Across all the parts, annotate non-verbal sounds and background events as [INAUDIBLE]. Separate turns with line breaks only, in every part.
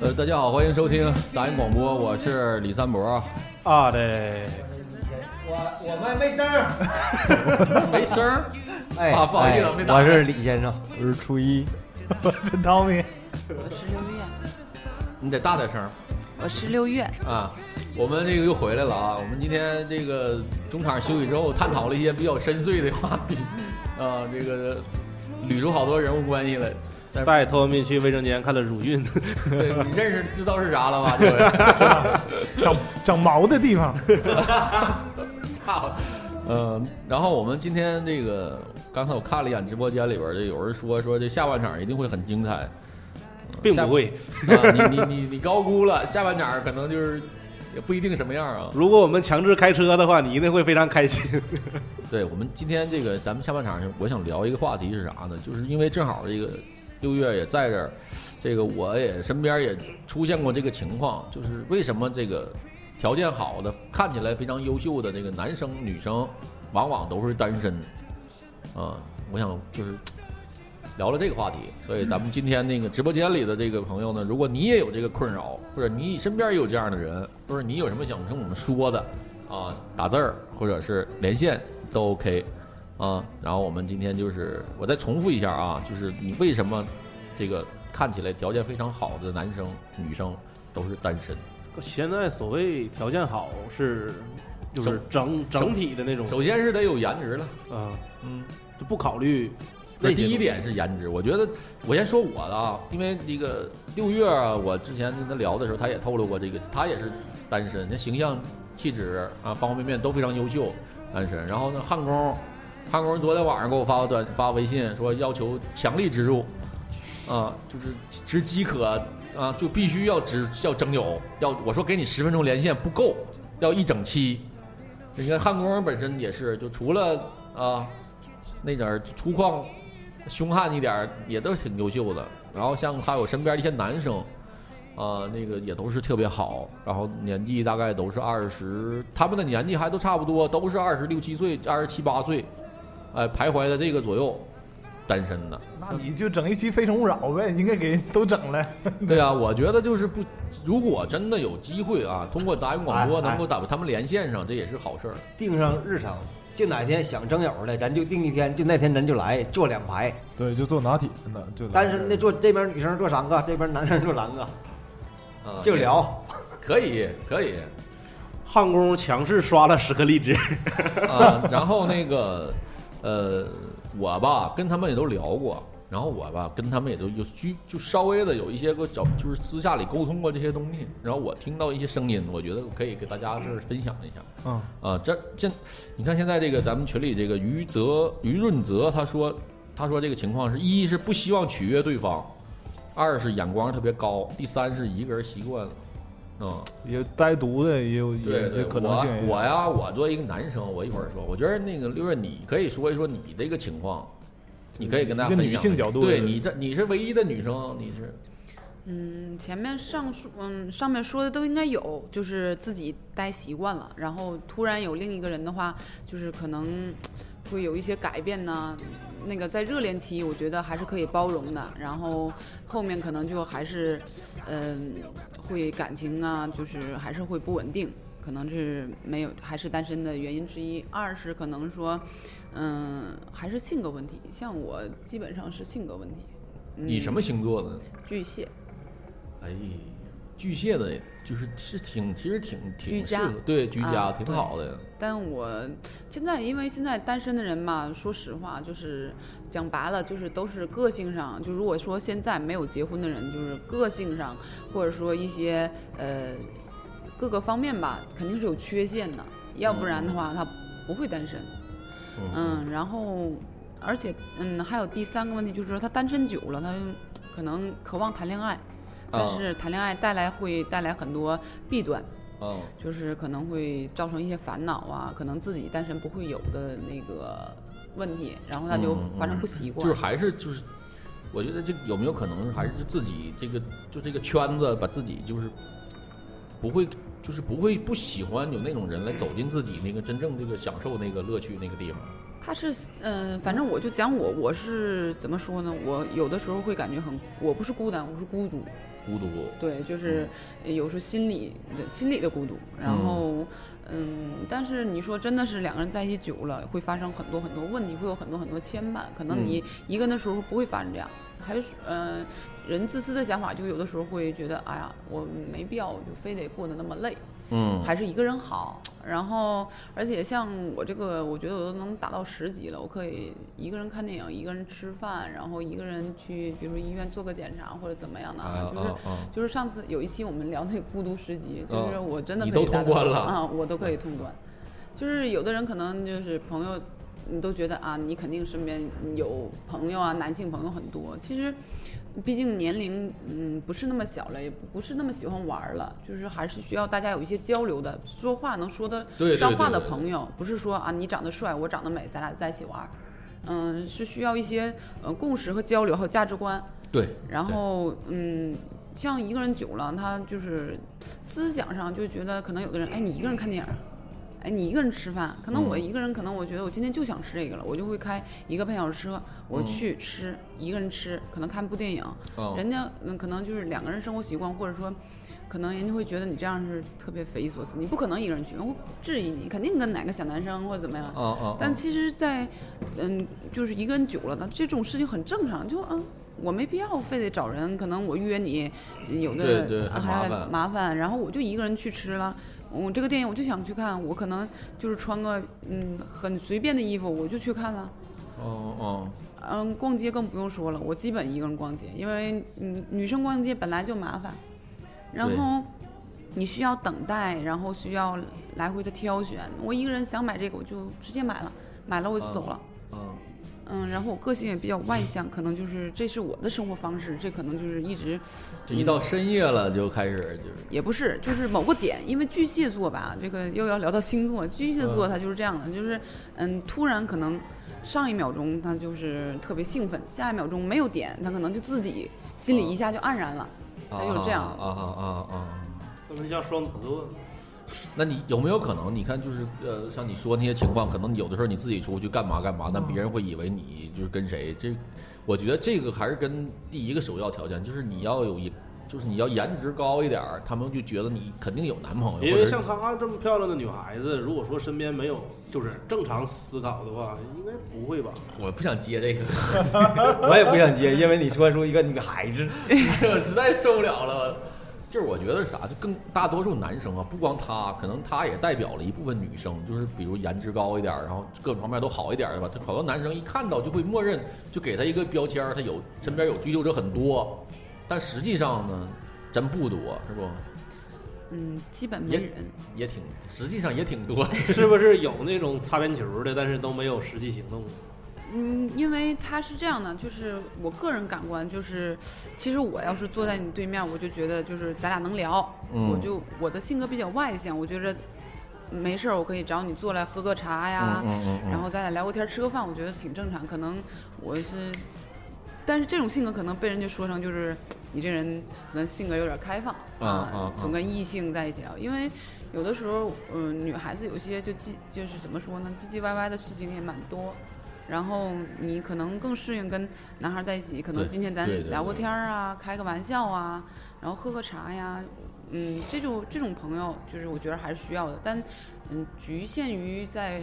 呃大大家好，欢迎收听杂音广播，我是李三博，
啊对，
我我们没声儿。
[LAUGHS] 没声儿，
哎
啊不好意思
哎
没打
我是李先生。
我是初一，我 [LAUGHS] 是汤米，
我是六月，
你得大点声儿
我是六月，
啊。我们这个又回来了啊，我们今天这个中场休息之后，探讨了一些比较深邃的话题，啊，这个捋出好多人物关系来。但是
带托米去卫生间看了乳晕，
[LAUGHS] 对你认识知道是啥 [LAUGHS] 了吧？这回
长长毛的地方，
操，嗯，然后我们今天这个，刚才我看了一眼直播间里边儿，这有人说说这下半场一定会很精彩，
[LAUGHS] 并不会。
啊，你你你你高估了，下半场可能就是也不一定什么样啊。
如果我们强制开车的话，你一定会非常开心。
对我们今天这个咱们下半场，我想聊一个话题是啥呢？就是因为正好这个六月也在这儿，这个我也身边也出现过这个情况，就是为什么这个条件好的、看起来非常优秀的这个男生女生，往往都是单身的啊？我想就是聊了这个话题，所以咱们今天那个直播间里的这个朋友呢，如果你也有这个困扰，或者你身边也有这样的人，或者你有什么想跟我们说的啊，打字儿或者是连线都 OK 啊。然后我们今天就是我再重复一下啊，就是你为什么这个看起来条件非常好的男生女生都是单身？
现在所谓条件好是，就是整整体的那种
首先是得有颜值了，
啊，
嗯，
就不考虑那
那
些
第一
东西
点是颜值，我觉得我先说我的啊，因为这个六月啊，我之前跟他聊的时候，他也透露过这个，他也是单身，那形象、气质啊，方方面面都非常优秀，单身。然后呢，焊工，焊工昨天晚上给我发个短发微信说要求强力植入，啊，就是只饥渴啊，就必须要只要征友，要我说给你十分钟连线不够，要一整期。你看焊工本身也是，就除了啊那点儿粗犷凶悍一点儿也都挺优秀的。然后像还有身边一些男生，啊、那个也都是特别好，然后年纪大概都是二十，他们的年纪还都差不多，都是二十六七岁、二十七八岁，哎、徘徊在这个左右，单身的。
[LAUGHS] 那你就整一期《非诚勿扰》呗，应该给都整来。
嗯
对啊，我觉得就是不，如果真的有机会啊，通过杂音广播
哎哎
能够把他们连线上，这也是好事儿。
定上日程，就哪天想征友了，咱就定一天，就那天咱就来，坐两排。
[LAUGHS] 对，就做拿铁的，就来
单身的坐这边女生坐三个，这边男生坐三个，
啊，
就聊。
可以可以
焊工强势刷了十颗荔枝，
啊。然后那个呃，我吧跟他们也都聊过，然后我吧跟他们也都有居就稍微的有一些个小就是私下里沟通过这些东西，然后我听到一些声音，我觉得我可以给大家这儿分享一下。
嗯，
啊，这这，你看现在这个咱们群里这个于泽于润泽他说他说这个情况是一是不希望取悦对方，二是眼光特别高，第三是一个人习惯了，嗯，
也单独的也有
对
也
对
也，可能性
我
也有。
我呀，我作为一个男生，我一会儿说，我觉得那个六月你可以说一说你这个情况，你可以跟大家
嗯一个
分
女
享
性
一下
角度
对
的
你这你是唯一的女生，你是
嗯，前面上述嗯上面说的都应该有，就是自己待习惯了，然后突然有另一个人的话，就是可能会有一些改变呢。那个在热恋期，我觉得还是可以包容的，然后后面可能就还是，嗯、会感情啊，就是还是会不稳定，可能是没有还是单身的原因之一。二是可能说，嗯、还是性格问题，像我基本上是性格问题。嗯、
你什么星座的？
巨蟹？
哎，巨蟹的，就是是挺其实挺挺
居
适
家
合，对居家、
啊
挺
对
好的。
但我现在因为现在单身的人嘛，说实话就是讲白了，就是都是个性上，就如果说现在没有结婚的人，就是个性上或者说一些呃各个方面吧，肯定是有缺陷的，要不然的话他不会单身。嗯，然后而且嗯，还有第三个问题就是说他单身久了，他可能渴望谈恋爱，但
啊
是谈恋爱带来会带来很多弊端。
嗯，
就是可能会造成一些烦恼啊，可能自己单身不会有的那个问题，然后他就
嗯嗯
发生不习
就
惯。
是还是就是，我觉得这有没有可能还是自己这个就这个圈子把自己就是不会就是不会不喜欢有那种人来走进自己那个真正这个享受那个乐趣那个地方。
他是嗯、呃反正我就讲我，我是怎么说呢？我有的时候会感觉很，我不是孤单，我是孤独。
孤独，
对，
嗯
就是有时候心理的心理的孤独，然后嗯，但是你说真的是两个人在一起久了，会发生很多很多问题，会有很多很多牵绊，可能
嗯
你一个人的时候不会发生这样，还是嗯、人自私的想法就有的时候会觉得，哎呀，我没必要就非得过得那么累，
嗯，
还是一个人好。然后，而且像我这个，我觉得我都能达到十级了，我可以一个人看电影，一个人吃饭，然后一个人去，比如说医院做个检查或者怎么样的，
啊
就是
啊啊
就是上次有一期我们聊那个孤独十级，就是
嗯
我真的
你
可以
都
达
通
到
关了嗯
啊，我都可以通关。就是有的人可能就是朋友，你都觉得啊，你肯定身边有朋友啊，男性朋友很多。其实，毕竟年龄嗯不是那么小了，也不不是那么喜欢玩儿了，就是还是需要大家有一些交流的，说话能说的
对对
上话
对
的
对
朋友，不是说啊你长得帅，我长得美，咱俩在一起玩儿。嗯，是需要一些呃共识和交流，还有价值观。
对，
然
对
后嗯，像一个人久了，他就是思想上就觉得，可能有的人，哎，你一个人看电影儿，哎，你一个人吃饭，可能我一个人，可能我觉得我今天就想吃这个了，我就会开一个半小时车，我去吃，一个人吃，可能看部电影，
嗯
人家嗯可能就是两个人生活习惯，或者说。可能人家会觉得你这样是特别匪夷所思，你不可能一个人去，人会质疑你，肯定跟哪个小男生或者怎么样。
啊啊，
但其实在，嗯，就是一个人久了呢，这种事情很正常。就嗯，我没必要非得找人，可能我约你，有的
对对
啊
很
还
麻烦
麻烦，然后我就一个人去吃了。我这个电影我就想去看，我可能就是穿个嗯很随便的衣服我就去看了。
哦哦，
嗯，逛街更不用说了，我基本一个人逛街，因为嗯女生逛街本来就麻烦，然
对
后你需要等待，然后需要来回的挑选。我一个人想买这个，我就直接买了，买了我就
啊
走了。
嗯，
嗯，然后我个性也比较外向，可能就是这是我的生活方式，这可能就是一直
这
嗯
一到深夜了就开始就是
也不是，就是某个点，因为巨蟹座吧，这个又要聊到星座，巨蟹座它就是这样的，就是嗯，突然可能上一秒钟他就是特别兴奋，下一秒钟没有点，他可能就自己心
嗯
里一下就黯然了，他就是这样
啊啊啊啊啊。
他们像双子座，
那你有没有可能？你看，就是呃，像你说那些情况，可能有的时候你自己出去干嘛干嘛，但别人会以为你就是跟谁。这，我觉得这个还是跟第一个首要条件，就是你要有一，就是你要颜值高一点儿，他们就觉得你肯定有男朋友，或
因
者
为
是
像她这么漂亮的女孩子，如果说身边没有就是正常思考的话，应该不会 [LAUGHS] 吧？
我不想接这个，
[LAUGHS] 我也不想接，因为你说出一个女孩子，
[LAUGHS] 我实在受不了了。就是我觉得是啥，就更大多数男生啊，不光他，可能他也代表了一部分女生，就是比如颜值高一点儿，然后各方面都好一点儿的吧。他好多男生一看到就会默认就给他一个标签儿，他有身边有追求者很多，但实际上呢，真不多，是不？
嗯，基本没
也
人。
也挺，实际上也挺多。
是不是有那种擦边球的，但是都没有实际行动的？
嗯，因为他是这样的，就是我个人感官，就是其实我要是坐在你对面，我就觉得就是咱俩能聊，
嗯
我就我的性格比较外向，我觉着没事儿我可以找你坐来喝个茶呀，
嗯
然后咱俩聊个天儿吃个饭，我觉得挺正常。可能我是，但是这种性格可能被人家说成就是你这人可能性格有点开放啊
嗯嗯嗯
总跟异性在一起聊，因为。有的时候，嗯、女孩子有些就唧，就是怎么说呢，唧唧歪歪的事情也蛮多。然后你可能更适应跟男孩在一起，可能
对
今天咱
对对对
聊过天儿啊，开个玩笑啊，然后喝个茶呀，嗯，这种这种朋友就是我觉得还是需要的，但嗯，局限于在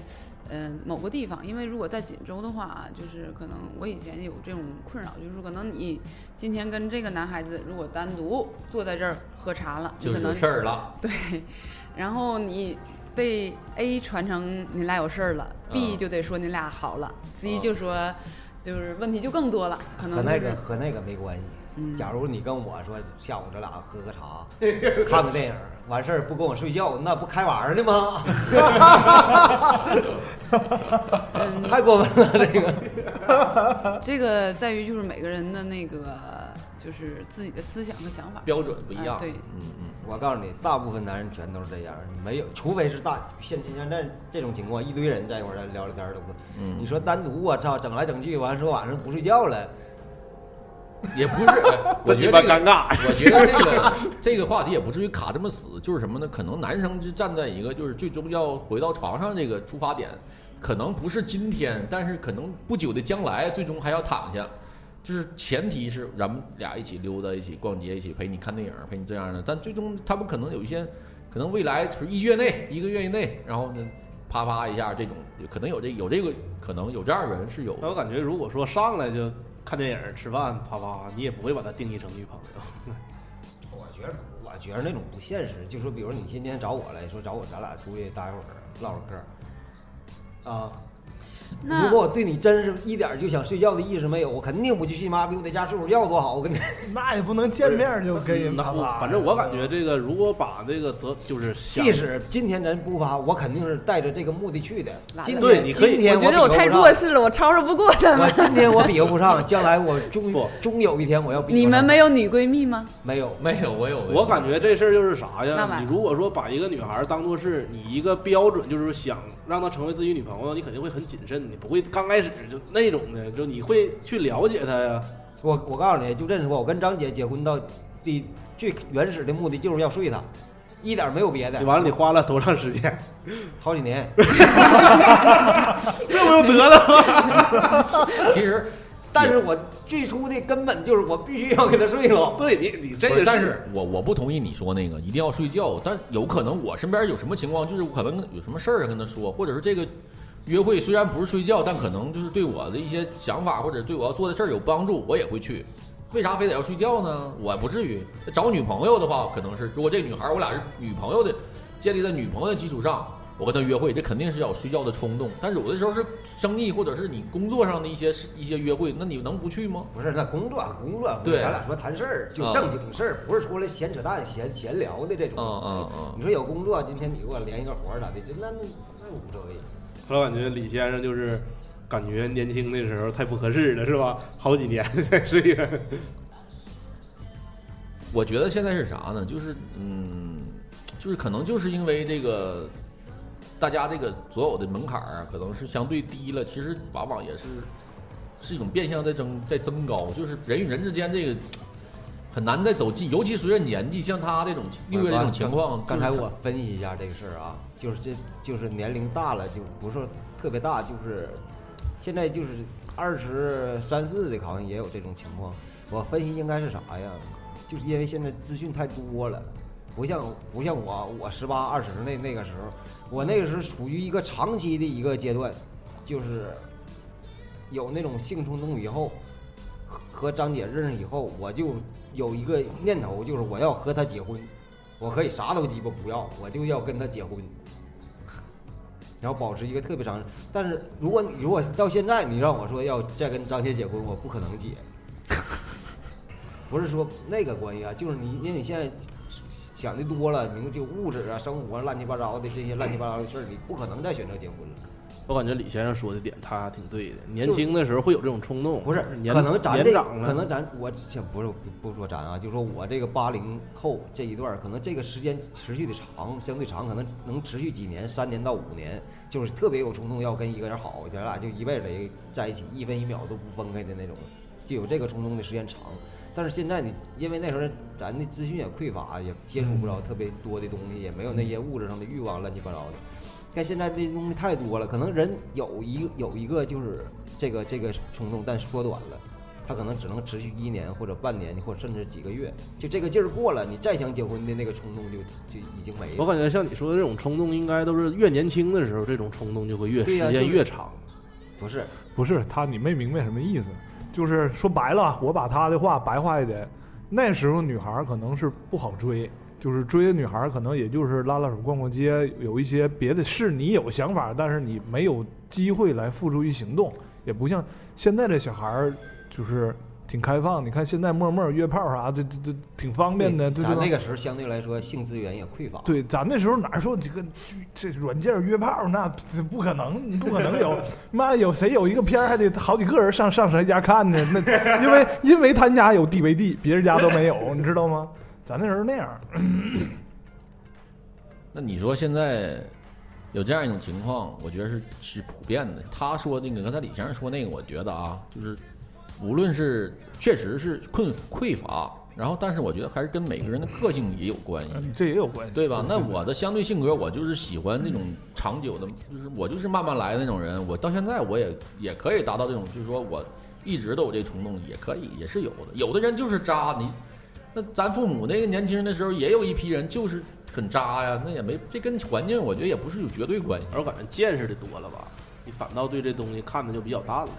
嗯、某个地方，因为如果在锦州的话，啊就是可能我以前有这种困扰，就是可能你今天跟这个男孩子如果单独坐在这儿喝茶了，
就
你
是
可能
有事儿了，
[LAUGHS] 对，然后你被 A 传成你俩有事儿了、b
嗯
就得说你俩好了、c
嗯
就说就是问题就更多了，可
和
能、就是、
那个和那个没关系。
嗯
假如你跟我说下午咱俩喝个
[LAUGHS]
茶，看个电影，完事儿不跟我睡觉，那不开玩儿呢吗？
[LAUGHS]
[LAUGHS] 太过分了，这个。
嗯这个在于就是每个人的那个就是自己的思想和想法。
标准不一样。
啊对
嗯嗯。
我告诉你，大部分男人全都是这样，没有，除非是大现现在这种情况，一堆人在一块儿聊聊天儿都不。
嗯
你说单独，我操，整来整去，完说晚上不睡觉了，
[LAUGHS] 也不是，哎我觉得、这个、
这鸡巴尴尬
我觉得这个这个话题也不至于卡这么死，就是什么呢？可能男生就站在一个就是最终要回到床上这个出发点，可能不是今天，但是可能不久的将来，最终还要躺下。就是前提是咱们俩一起溜达，一起逛街，一起陪你看电影，陪你这样的。但最终他们可能有一些，可能未来比如一月内，一个月以内，然后呢，啪啪一下这种，可能有这有这个可能有这样的人是有
但我感觉如果说上来就看电影、吃饭、啪啪，你也不会把它定义成女朋友。
[LAUGHS]
我觉得，我觉得那种不现实。就说，比如你今天找我来说，找我，咱俩出去待会儿唠会儿嗑儿，啊，
那
如果我对你真是一点儿就想睡觉的意思没有，我肯定不去去妈逼，我在家睡会儿觉多好。我
[LAUGHS]
跟你，
那也不能见面就跟人
那
啪
我
啪。
反正我感
嗯
觉这个，如果把这个责就是想
即使今天咱不发，我肯定是带着这个目的去的
来。
今
了
对你可以
今天
我觉得我
我比
太
不上
弱势了，我吵吵不过他
我
们。
今天我比划不上，将来我终终有一天我要比。
你们没？有女闺蜜吗？
没有，
没有，我有，
我感觉这事儿就是啥
那
呀？
完
你如果说把一个女孩当做是你一个标准，就是想让她成为自己女朋友，你肯定会很谨慎，你不会刚开始就那种的，就你会去了解她呀。
我我告诉你，就认识我，我跟张姐结婚到第最原始的目的就是要睡她，一点儿没有别的
你。完了，你花了多长时间？ [LAUGHS]
好几年，
这不就得了吗？
其实
但是我最初的根本就是我必须要给她睡了。
对你，你这
不是
个，
但是我我不同意你说那个一定要睡觉，但有可能我身边有什么情况，就是我可能有什么事儿跟他说，或者是这个约会虽然不是睡觉，但可能就是对我的一些想法或者对我要做的事儿有帮助，我也会去。为啥非得要睡觉呢？我不至于找女朋友的话，可能是如果这女孩儿我俩是女朋友的，建立在女朋友的基础上，我跟她约会，这肯定是要有睡觉的冲动。但是有的时候是生意或者是你工作上的一些事一些约会，那你能不去吗？
不是，那工作啊工作，
对
咱俩说谈事儿
啊
就正经事儿，不是出来闲扯淡、闲闲聊的这
啊
种。
嗯嗯嗯
你说有工作，今天你给我连一个活儿咋的？就那那那无所谓。
我感觉李先生就是感觉年轻的时候太不合适了，是吧？好几年才睡呀。
我觉得现在是啥呢？就是嗯，就是可能就是因为这个，大家这个所有的门槛儿啊，可能是相对低了，其实往往也是是一种变相在增在增高，就是人与人之间这个很难再走近，尤其随着年纪，像他这种六月这种情况，
刚
就
才
是
我分析一下这个事儿啊，就是这就是年龄大了，就不是说特别大，就是现在就是二十三四的，好像也有这种情况。我分析应该是啥呀？就是因为现在资讯太多了，不像不像我我十八二十那那个时候，我那个时候属于一个长期的一个阶段，就是有那种性冲动以后，和和张姐认识以后，我就有一个念头，就是我要和她结婚，我可以啥都鸡巴不要，我就要跟她结婚，然后保持一个特别长。但是如果你如果到现在你让我说要再跟张姐结婚，我不可能结。不是说那个关系啊，就是你因为你现在想的多了，你就物质啊、生活啊乱七八糟的这些乱七八糟的事儿，你不可能再选择结婚了。
我感觉李先生说的点他挺对的，年轻的时候会有这种冲动，
不是，
年
嗯可能咱
年
这，
长了，
可能咱我这不是不说咱啊，就说我这个八零后这一段儿，可能这个时间持续的长，相对长，可能能持续几年，三年到五年，就是特别有冲动要跟一个人好，咱俩就一辈子在一起，一分一秒都不分开的那种，就有这个冲动的时间长。但是现在你，因为那时候咱的资讯也匮乏，也接触不着特别多的东西，也没有那些物质上的欲望，乱七八糟的。但现在这东西太多了，可能人有一个有一个就是这个这个冲动，但缩短了，他可能只能持续一年或者半年，或者甚至几个月，就这个劲儿过了，你再想结婚的那个冲动就就已经没
我
了。
感觉像你说的这种冲动，应该都是越年轻的时候，这种冲动就会越时
对呀
间
就是
越长。
不是，
不是他，你没明白什么意思。就是说白了，我把他的话白话一点，那时候女孩儿可能是不好追，就是追的女孩儿可能也就是拉拉手、逛逛街，有一些别的事你有想法，但是你没有机会来付诸于行动，也不像现在这小孩儿就是挺开放。你看现在陌陌约炮啥，这这这挺方便的，对
咱
吧
那？个时候相对来说性资源也匮乏，
对，咱那时候哪说这个这软件约炮那这不可能，不可能有。妈有谁有一个片儿还得好几个人上上谁家看呢？那因为因为他家有 DVD，别人家都没有，你知道吗？咱那时候那样，
那你说现在有这样一种情况，我觉得是是普遍的。他说那个，刚才李先生说那个，我觉得啊，就是无论是确实是困匮乏，然后，但是我觉得还是跟每个人的个性也有关系，
嗯，这也有关系，
对吧？那我的相对性格，我就是喜欢那种长久的，就是我就是慢慢来的那种人。我到现在我也也可以达到这种，就是说我一直都有这冲动，也可以，也是有的。有的人就是渣，你那咱父母那个年轻人的时候，也有一批人就是很渣呀，那也没这跟环境我觉得也不是有绝对关系。
而我感觉见识的多了吧，你反倒对这东西看的就比较淡了，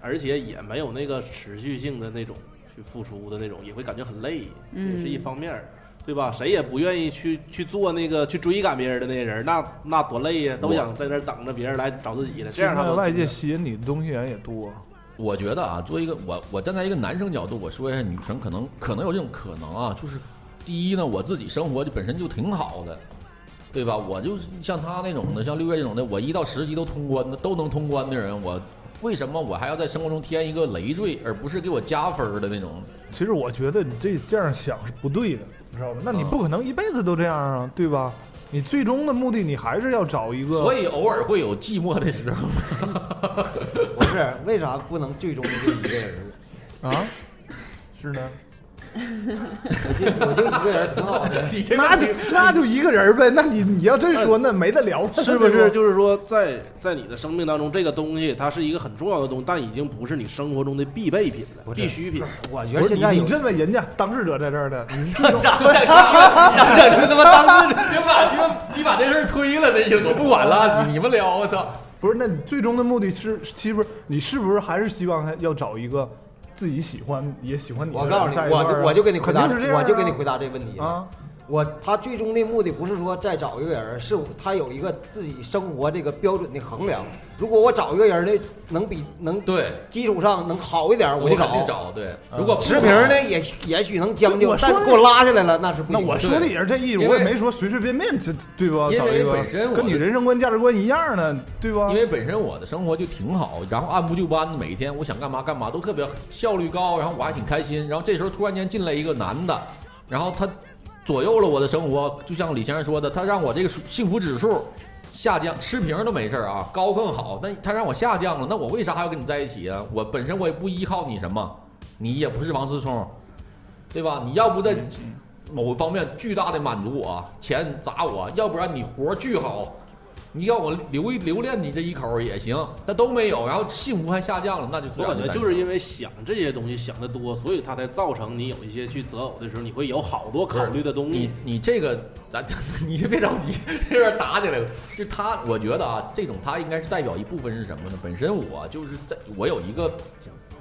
而且也没有那个持续性的那种去付出的那种，也会感觉很累，
嗯
也是一方面儿，对吧？谁也不愿意去去做那个去追赶别人的那人，那那多累呀、都想在那儿等着别人来找自己了，这样他
现
都
在外界
精神
吸引你的东西人也多，
我觉得啊，作为一个我我站在一个男生角度，我说一下女生可能可能有这种可能啊，就是第一呢，我自己生活就本身就挺好的，对吧？我就是像他那种的，像六月这种的，我一到十级都通关的，都能通关的人，我为什么我还要在生活中添一个累赘，而不是给我加分儿的那种？
其实我觉得你这这样想是不对的，你知道吧？那
嗯
你不可能一辈子都这样啊，对吧？你最终的目的，你还是要找一个。
所以偶尔会有寂寞的时候。 [LAUGHS]
不是为啥不能最终就一个人？
[LAUGHS]
啊，是呢，
我就我就一个人挺
[LAUGHS]
好的，
你这
那
[LAUGHS]
就那就一个人呗。那你你要真说那没得聊了，
呃是不
对
是就是说在，在你的生命当中，这个东西它是一个很重要的东西，但已经不是你生活中的必备品了，
不是
必需品。
我觉得
不是
现
你
在
你
有
这问人家当事者在这儿呢，你
咋整咋整成他妈当事者？
别把你们你把这事儿推了，那就我不管了，你们聊，我操！
不是？那你最终的目的是，是不是你是不是还是希望他要找一个自己喜欢也喜欢你的
我
人
告诉你，
在一块
我
儿啊？
就我就给你回答，
肯定是这样啊
我就给你回答这个问题了
啊。
我他最终的目的不是说再找一个人，是他有一个自己生活这个标准的衡量。如果我找一个人呢，能比能
对，
基础上能好一点，就
肯定
找。
找嗯对。如果不
持平
好
呢，也也许能将就
我，说
但
的
给我拉下来了，那是不
那
行。
我说的也是这意思，
因
我
为
也没说随随便便这对吧？
因
找
为
一
本身
个
我
跟你
的
人生观价值观一样的，对吧
因？为本身我的生活就挺好，然后按部就班的，每一天我想干嘛干嘛都特别效率高，然后我还挺开心。然后这时候突然间进来一个男的，然后他左右了我的生活，就像李先生说的，他让我这个幸福指数下降，持平都没事儿啊，高更好。但他让我下降了，那我为啥还要跟你在一起啊？我本身我也不依靠你什么，你也不是王思聪，对吧？你要不在
嗯
某方面巨大的满足我，钱砸我，要不然你活儿巨好。你要我留一留恋你这一口儿也行，那都没有，然后幸福还下降了，那就自
我
然
感觉
难
就是
受
因为想这些东西想得多，所以它才造成你有一些去择偶的时候，你会有好多考虑的东
你
西。
你这个，咱 [LAUGHS] 你先别着急，这边打起来了。就他，我觉得啊，这种他应该是代表一部分是什么呢？本身我就是在，我有一个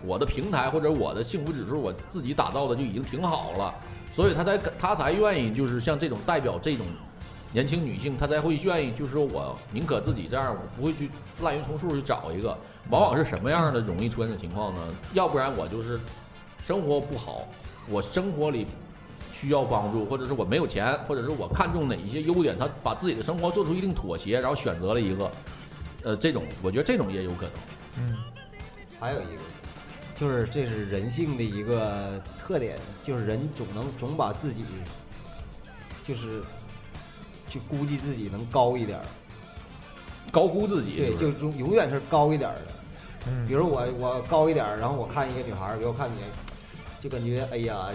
我的平台或者我的幸福指数，我自己打造的就已经挺好了，所以他才他才愿意就是像这种代表这种年轻女性，她才会愿意就是说我宁可自己这样，我不会去滥竽充数去找一个。往往是什么样的容易出现的情况呢？要不然我就是生活不好，我生活里需要帮助，或者是我没有钱，或者是我看中哪一些优点，他把自己的生活做出一定妥协，然后选择了一个，呃，这种我觉得这种也有可能。
嗯
还有一个，就是这是人性的一个特点，就是人总能总把自己，就是就估计自己能高一点儿，
高估自己，
对，
是不
就是永永远是高一点儿的。
嗯
比如我我高一点儿，然后我看一个女孩儿，比如我看你，就感觉哎呀，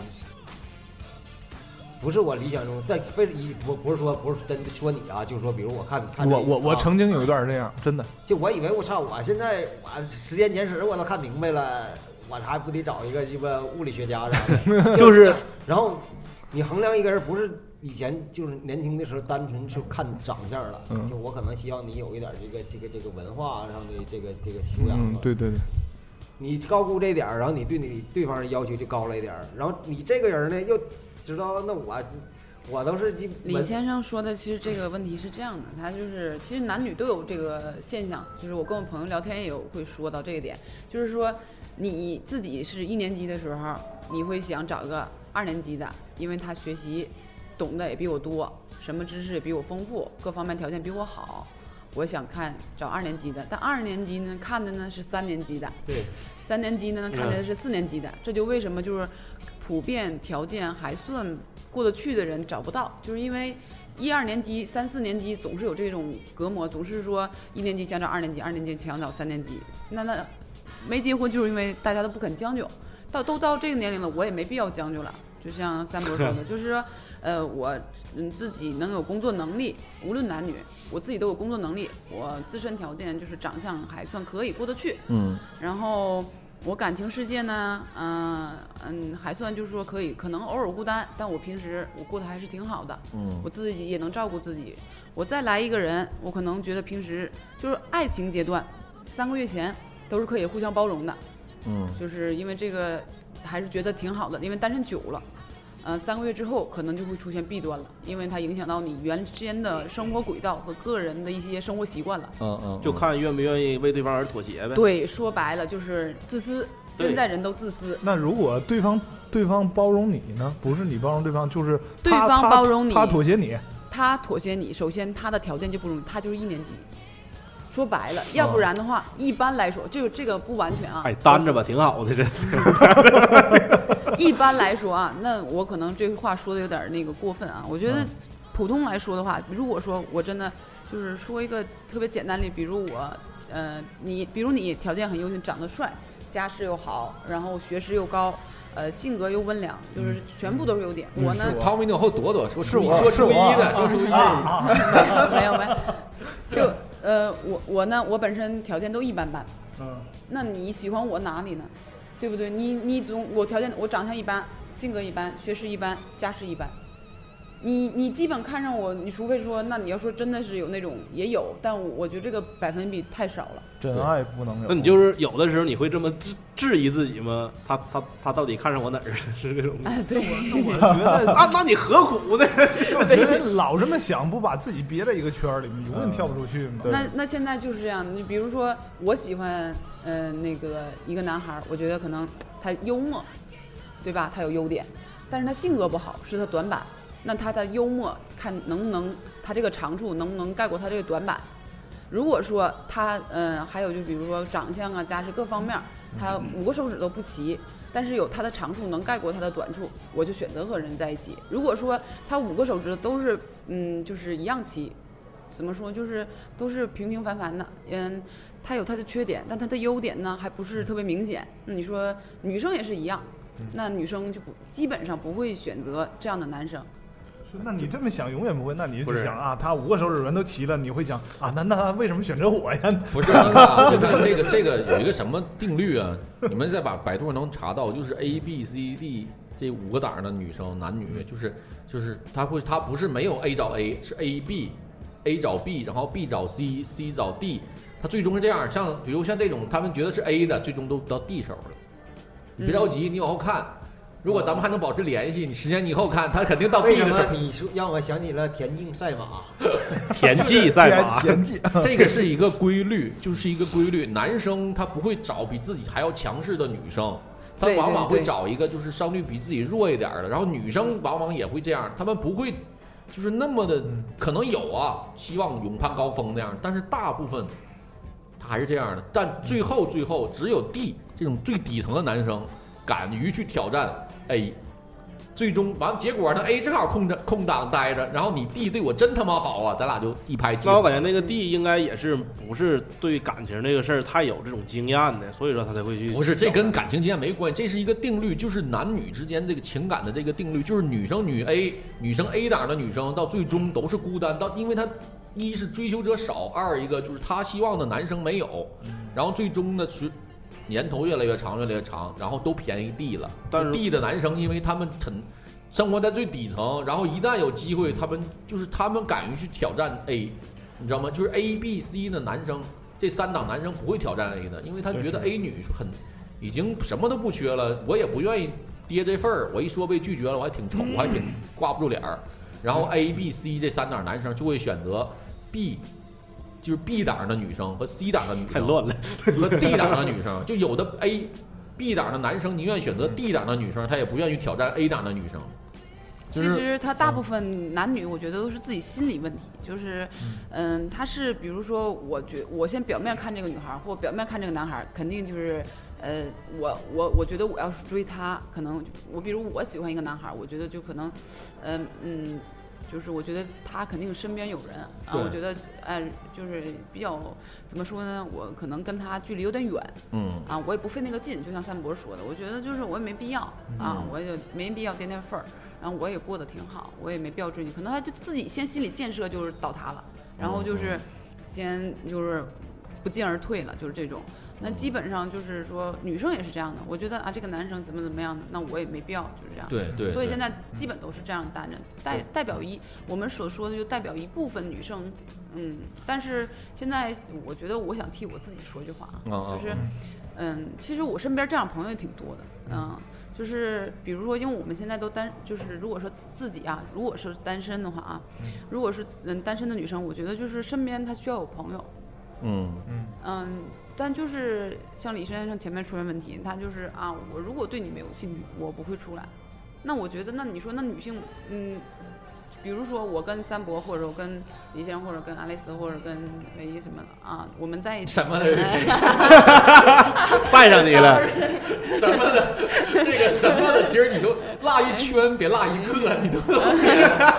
不是我理想中，但非以我不是说不是真的说你啊，就是说比如我看看这
我我我
啊
曾经有一段这样，真的。
就我以为我操，我现在我时间简史我都看明白了，我还不得找一个鸡巴物理学家啥
[LAUGHS]
的？
就是，
然后你衡量一个人，不是以前就是年轻的时候单纯就看长相了，
嗯
就我可能希望你有一点这个这个这个文化上的这个这个修养吧。啊
嗯，对对对，
你高估这点儿，然后你对你对方的要求就高了一点儿，然后你这个人呢又知道那我我都是鸡
李
文
先生说的，其实这个问题是这样的，他就是其实男女都有这个现象，就是我跟我朋友聊天也有会说到这一点，就是说你自己是一年级的时候，你会想找个二年级的，因为他学习懂得也比我多，什么知识也比我丰富，各方面条件比我好，我想看找二年级的，但二年级呢看的呢是三年级的，
对，
三年级呢看的是四年级的，这就为什么就是普遍条件还算过得去的人找不到，就是因为一二年级、三四年级总是有这种隔膜，总是说一年级想找二年级，二年级想找三年级，那那没结婚就是因为大家都不肯将就。到都到这个年龄了，我也没必要将就了。就像三伯说的，就是说，呃，我嗯自己能有工作能力，无论男女，我自己都有工作能力，我自身条件就是长相还算可以过得去，
嗯
然后我感情世界呢，嗯、嗯，还算就是说可以，可能偶尔孤单，但我平时我过得还是挺好的，
嗯
我自己也能照顾自己。我再来一个人，我可能觉得平时就是爱情阶段，三个月前都是可以互相包容的，
嗯
就是因为这个还是觉得挺好的，因为单身久了。呃，三个月之后可能就会出现弊端了，因为它影响到你原先的生活轨道和个人的一些生活习惯了。
嗯嗯，
就看愿不愿意为对方而妥协呗。
对，说白了就是自私。
对
现在人都自私，
那如果对方对方包容你呢？不是你包容对方，就是
对
他
方
他
包容你
他妥协你。
他妥协你，首先他的条件就不容易，他就是一年级。说白了，要不然的话，一般来说，就这个不完全啊。
哎，单着吧，挺好的，这
[LAUGHS] 一般来说啊，那我可能这话说的有点儿那个过分啊。我觉得普通来说的话，如果说我真的就是说一个特别简单的，比如我，呃，你，比如你条件很优秀，长得帅，家世又好，然后学识又高，呃，性格又温良，就是全部都是优点。我呢，
汤米你往后躲躲，说
是我
说
是
初一
我
的，说初一的，
啊，
[LAUGHS] 没有没有，就呃，我我呢，我本身条件都一般般，
嗯，
那你喜欢我哪里呢？对不对？你你总我条件我长相一般，性格一般，学识一般，家世一般。你你基本看上我，你除非说，那你要说真的是有那种也有，但我我觉得这个百分比太少了。
真
对
爱不能有。
[LAUGHS] 那你
[LAUGHS]
就是有的时候你会这么质质疑自己吗？他他他到底看上我哪儿了？是这种？
[LAUGHS] 哎，对，
我觉得，
啊，那你何苦呢？
我觉得老这么想，不把自己憋在一个圈儿里，你永远跳不出去嘛。
那那现在就是这样。你比如说，我喜欢呃那个一个男孩儿，我觉得可能他幽默，对吧？他有优点，但是他性格不好，是他短板。那他的幽默看能不能，他这个长处能不能盖过他这个短板？如果说他嗯、呃还有就比如说长相啊、家世各方面儿，他五个手指头不齐，但是有他的长处能盖过他的短处，我就选择和人在一起。如果说他五个手指头都是嗯就是一样齐，怎么说就是都是平平凡凡的，嗯，他有他的缺点，但他的优点呢还不是特别明显。那你说女生也是一样，那女生就不基本上不会选择这样的男生。
那你这么想永远不会，那你
不
就是想啊，他五个手指纹都齐了，你会想啊，那那他为什么选择我呀？ [LAUGHS]
不
[LAUGHS]
是真的，就看这个这个有一个什么定律啊？你们在百百度上能查到，就是 A B C D 这五个档的女生男
嗯
女，就是就是他会他不是没有 A 找 A，是 A B。A 找 B，然后 B 找 C，C 找 D，他最终是这样。像比如像这种，他们觉得是 A 的，最终都到 D 手了。你
嗯
别着急，你往后看。如果咱们还能保持联系，你十年以后看，他肯定到
为
D 的
什
手
么。你说让我想起了田径赛马？
田忌赛马，
[LAUGHS] 田忌，
[LAUGHS] 这个是一个规律，就是一个规律。男生他不会找比自己还要强势的女生，他
对对
往往会
对
找一个就是相对比自己弱一点儿的。然后女生往往也会这样，他们不会就是那么的，可能有啊，希望勇攀高峰那样，但是大部分他还是这样的。但最后最后，只有 D 这种最底层的男生敢于去挑战 A。最终完结果呢？A 正好空着空档待着，然后你 D 对我真他妈好啊，咱俩就一拍即
那
合
我。感觉那个 D 应该也是不是对感情这个事儿太有这种经验的，所以说他才会去。
不是，这跟感情经验没关系，这是一个定律，就是男女之间这个情感的这个定律，就是女生女 A，女生 A 档的女生到最终都是孤单，到因为她一是追求者少，二一个就是她希望的男生没有，
嗯
然后最终呢是年头越来越长，越来越长，然后都便宜 D 了。
但是
D 的男生，因为他们很生活在最底层，然后一旦有机会，他们就是他们敢于去挑战 A，你知道吗？就是 A、B、C 的男生，这三档男生不会挑战 A 的，因为他觉得 A 女是很已经什么都不缺了，我也不愿意跌这份儿，我一说被拒绝了，我还挺丑，我还挺挂不住脸儿。然后 A、B、C 这三档男生就会选择 B，就是 B 档的女生和 C 档的女生。
太乱了，
和 D 档的女生，就有的 A、B 档的男生宁愿选择 D 档的女生，他也不愿意挑战 A 档的女生。
其实他大部分男女，我觉得都是自己心理问题，就是，嗯，他是比如说，我觉我先表面看这个女孩儿，或表面看这个男孩儿，肯定就是，呃，我我我觉得我要呃是追他，可能我比如我喜欢一个男孩儿，我觉得就可能，嗯嗯，就是我觉得他肯定身边有人啊，
对
我觉得哎，就是比较怎么说呢，我可能跟他距离有点远，
嗯，
啊，我也不费那个劲，就像三博说的，我觉得就是我也没必要
嗯
啊，我也没必要垫垫份儿，然后我也过得挺好，我也没必要追你，可能他就自己先心理建设就是倒塌了，然后
嗯
就是先就是不进而退了，就是这种。那基本上就是说，女生也是这样的。我觉得啊，这个男生怎么怎么样的，那我也没必要，就是这样。
对对。
所以现
在
在基本都是这样单着，代
对
代表一我们所说的就代表一部分女生，嗯，但是现在我觉得我想替我自己说一句话
嗯嗯
啊，就是，嗯，其实我身边这样朋友也挺多的，嗯，就是比如说，因为我们现在都单，就是如果说自自己啊，如果是单身的话啊，如果是嗯单身的女生，我觉得就是身边她需要有朋友，
嗯
嗯，但就是像李先生前面出现问题，他就是啊，我如果对你没有兴趣，我不会出来。那我觉得，那你说，那女性，嗯，比如说我跟三伯，或者我跟李先生，或者跟爱丽丝，或者跟唯一什么的啊，我们在一起
什么的
拜上你了，
什么的，这个什么的，其实你都落一圈，别落一个，你都 [LAUGHS]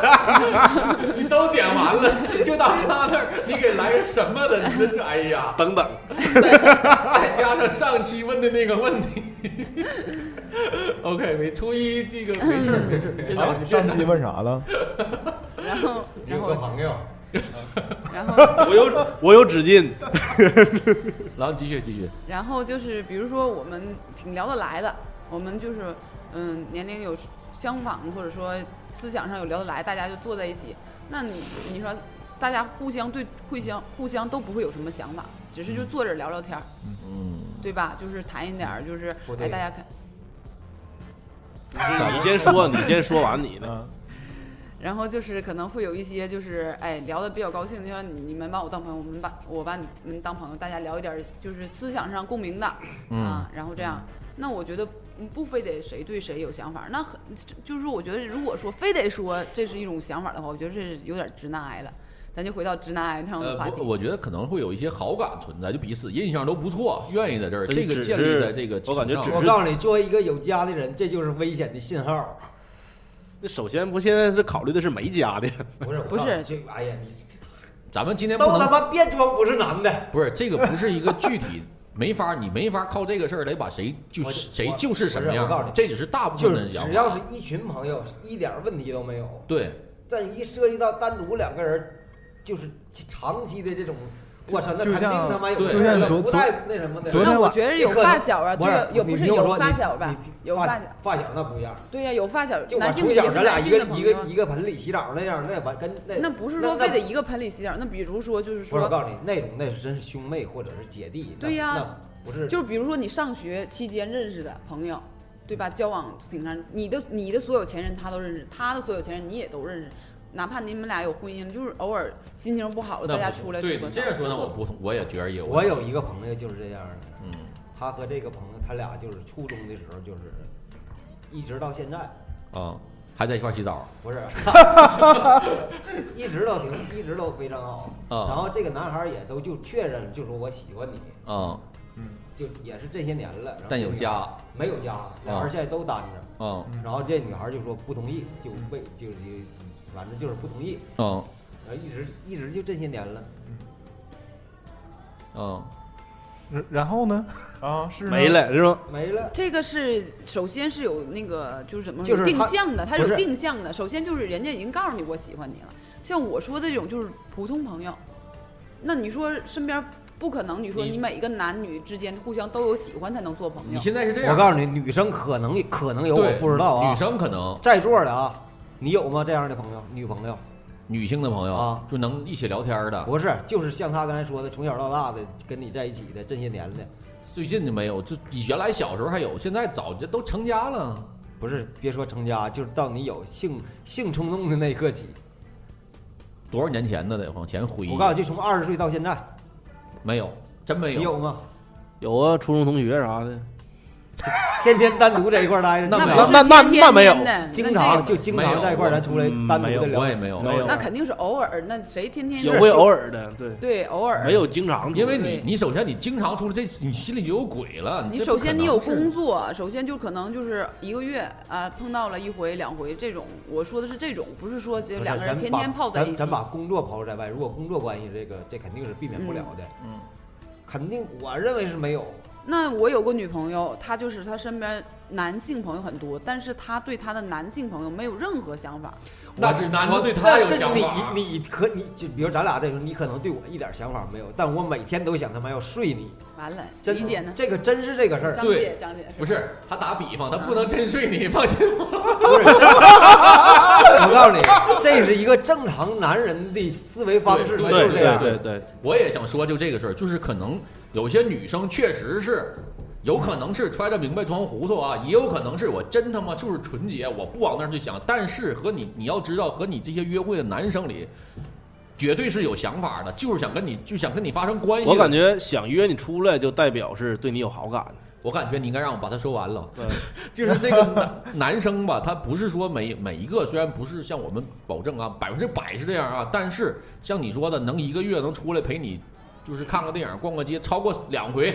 你都点完了，就到他那儿，你给来个什么的，你这哎呀，
等等，
再加上上期问的那个问题。OK，没初一这个没事儿没事儿，别着急别着
上
急
期问啥了？
[LAUGHS] 然后然后
朋友，
然后
我有我有纸巾，
然后继续继续，
然后就是，比如说我们挺聊得来的，我们就是嗯年龄有相仿，或者说思想上有聊得来，大家就坐在一起。那你你说，大家互相对互相互相都不会有什么想法，只是就坐着聊聊天儿，
嗯，
对吧？就是谈一点儿，就是
不对
哎大家看，
你先说，你先说完你的，
嗯，
然后就是可能会有一些就是哎聊得比较高兴，就像你你们把我当朋友，我们把我把你们当朋友，大家聊一点儿就是思想上共鸣的，
嗯
啊，然后这样，那我觉得嗯不非得谁对谁有想法，那很就是我觉得如果说非得说这是一种想法的话，我觉得这是有点直男癌了。咱就回到直男癌上的
呃，
嗯话
啊
题，
不，我觉得可能会有一些好感存在，就彼此印象都不错，愿意在这儿，
但
这个
只
建
是
立在这个基础
我感觉
上
只
[LAUGHS] 我告诉你，作为一个有家的人，这就是危险的信号。
那首先不现在是考虑的是没家的，
不是，我
不是
告诉你这哎呀，你
咱们今天不
都他
能
妈别装不是男的，
不是这个不是一个具体，没法你没法靠这个事儿来把谁就
我
是谁
我
就是什
不
么
是
样
我告诉
儿
你，
这只是大部
就
分的
是
想
只
法。
要是一群朋友，一点问题都没有。
对，
但一涉及到单独两个人，就是长期的这种，我操，那
就
肯定
像
他妈有
对
事儿
就像
了
昨
不带那什么的。
昨天
那我
晚
觉得有
这个
发小啊，
不
对啊，有
你
不是
听我
有
说
发
你
小吧
你？
有
发
发小，
发小那不一样。
对呀、有发小，
就我
男性
从
也
小
是
咱俩
男
一
性
个
的朋
一
友
个
啊。
一个盆里洗澡那样，那完跟那
那不是
那
说
那
非得一个盆里洗澡，那比如说就是
不是我
说，
告诉你，那种那是真是兄妹或者是姐弟。那
对呀
那不是
就是比如说你上学期间认识的朋友，对吧？交往挺长，你的你的所有前任他都认识，他的所有前任你也都认识，哪怕你们俩有婚姻，就是偶尔心情不好了，
那
大家
不
出来
对
聚
你
个
这
餐
样说呢，我不同，我也觉得有。
我有一个朋友就是这样的，
嗯
他和这个朋友他俩就是初中的时候就是，一直到现在
啊，还在一块儿洗澡
不是， [LAUGHS] 一直都挺一直都非常好。
啊
然后这个男孩也都就确认就说我喜欢你，
啊，
嗯
就也是这些年了。然后
但有
这个
家
没有家，俩人现在都单着。
啊
然后这女孩就说不同意，就为就是反正就是不同意，
啊
然后一直一直就这些年了，
啊，
然然后呢？啊，是呢
没。了是吧？
没了。
这个是首先是有那个就是怎么
就是
说定
他
向的，它
不
有
是
定向的。首先就是人家已经告诉你我喜欢你了，像我说的这种就是普通朋友，那你说身边不可能，你说
你
你每一个男女之间互相都有喜欢才能做朋
你
友。
现在是这样，
我告诉你，女生可能可能有，我
对
不知道啊。
女生可能
在座的啊，你有吗？这样的朋友，女朋友
女性的朋友
啊
就能一起聊天的，
不是，就是像他刚才说的，从小到大的跟你在一起的这些年的，
最近就没有，就以原来小时候还有，现在早就都成家了。
不是别说成家，就是到你有性性冲动的那一刻起，
多少年前的得往前回忆
我，告诉你，就从二十岁到现在，
没有，真没
你有吗？
有啊，初中同学啥的，
天天单独在一块儿待着，
那
你
没
们
有
那那那那没有
经常就
就
经
没
常
有
在一块儿，咱出来
嗯
单独
没有
的聊
我。也没有，
没有
那肯定是偶尔，那谁天天
也会偶尔的，对，
对偶尔
没有经常出
因为你
对
你首先你经常出来，这你心里就有鬼了。
你
这
首
不可
先
能
你有
是
工作，首先就可能就是一个月啊碰到了一回两回这种，我说的是这种，不是说
不
这
是
两个人
咱
天
把
天泡在
咱
一起。
咱把工作抛在外，如果工作关系这个，这肯定是避免不了的。
嗯，
肯定我认为是没有。
那我有个女朋友，她就是她身边男性朋友很多，但是她对她的男性朋友没有任何想法。
那是男的对他
但
有
是
想
你
法。啊
你可你就比如咱俩这时候，你可能对我一点想法没有，但我每天都想他妈要睡你。
完了，
真
理解呢？
这个真是这个事儿，
张
对
姐，张姐
不是他打比方，他不
嗯
能真睡你，放心。
不是。真的我告诉你，这是一个正常男人的思维方式，他就
对
是这样。
对对对，
我也想说，就这个事儿，就是可能有些女生确实是，有可能是揣着明白装糊涂啊，也有可能是我真他妈就是纯洁，我不往那儿去想。但是和你，你要知道，和你这些约会的男生里，绝对是有想法的，就是想跟你，就想跟你发生关系的。
我感觉想约你出来，就代表是对你有好感。
我感觉你应该让我把它说完了。就是这个男 [LAUGHS] 男生吧，他不是说每每一个，虽然不是像我们保证啊百分之百是这样啊，但是像你说的，能一个月能出来陪你，就是看个电影、逛个街，超过两回，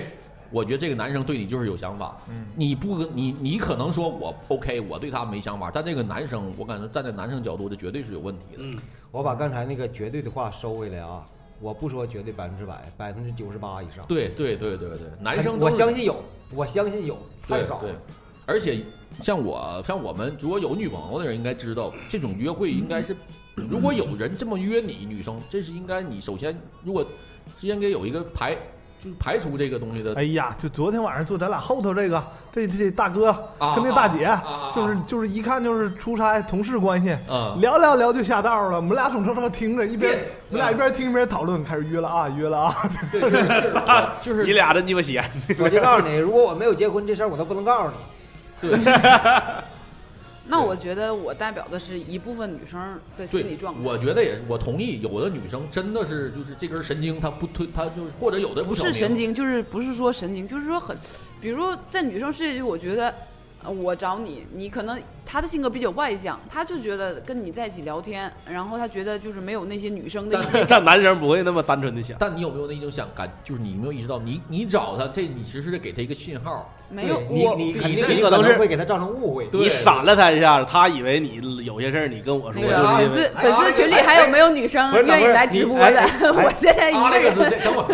我觉得这个男生对你就是有想法。
嗯，
你不你你可能说我 OK，我对他没想法，但这个男生，我感觉站在男生角度，这绝对是有问题的。
嗯，
我把刚才那个绝对的话收回来啊，我不说绝对百分之百，百分之九十八以上。
对对对对对，男生
我
都是
相信有，我相信有，太
对
少
对
了。，
而且像我像我们如果有女朋友的人应该知道，这种约会应该
[CLEARS THROAT]
是，如果有人这么约你，女生这是应该你首先如果是应该有一个排，就是排除这个东西的
哎呀，就昨天晚上就咱俩后头这个，这这这大哥
啊，
跟那大姐，
啊啊啊
就是就是一看就是出差同事关系， [LAUGHS]
嗯，
聊聊聊就下道了。我们俩总正正听着，一边
对
我们俩一边听一边讨论，开始约了啊，约
[LAUGHS]
了啊，
对，就是就是就是
[LAUGHS]
[LAUGHS]
你俩真鸡巴闲，
我就告诉你，如果我没有结婚这事儿，我都不能告诉你。
那我觉得我代表的是一部分女生的心理
对
状，态，
我觉得也是，我同意。有的女生真的是就是这根神经，她不推，她就是或者有的
不
小明
是神，经，就是不是说神经，就是说很，比如在女生世界里，我觉得。呃我找你，你可能她的性格比较外向，她就觉得跟你在一起聊天，然后她觉得就是没有那些女生的一 [LAUGHS]
[LAUGHS]
些
像男生不会那么单纯的想。
但你有没有那种想感？就是你有没有意识到，你你找她，这你其实是给她一个信号，
没有
对
我
你你
比
肯
你
定
那
你
可
可
能是
能会给他造成误会。
对
你闪了他一下，他以为你有些事儿你跟我
那
说，就
对啊
个粉
是因为
丝粉丝群里还有没有女生
哎不是
愿意来直播的
等会儿？你哎哎
[LAUGHS] 我现在一
阿
个
雷克斯
人，
这，等我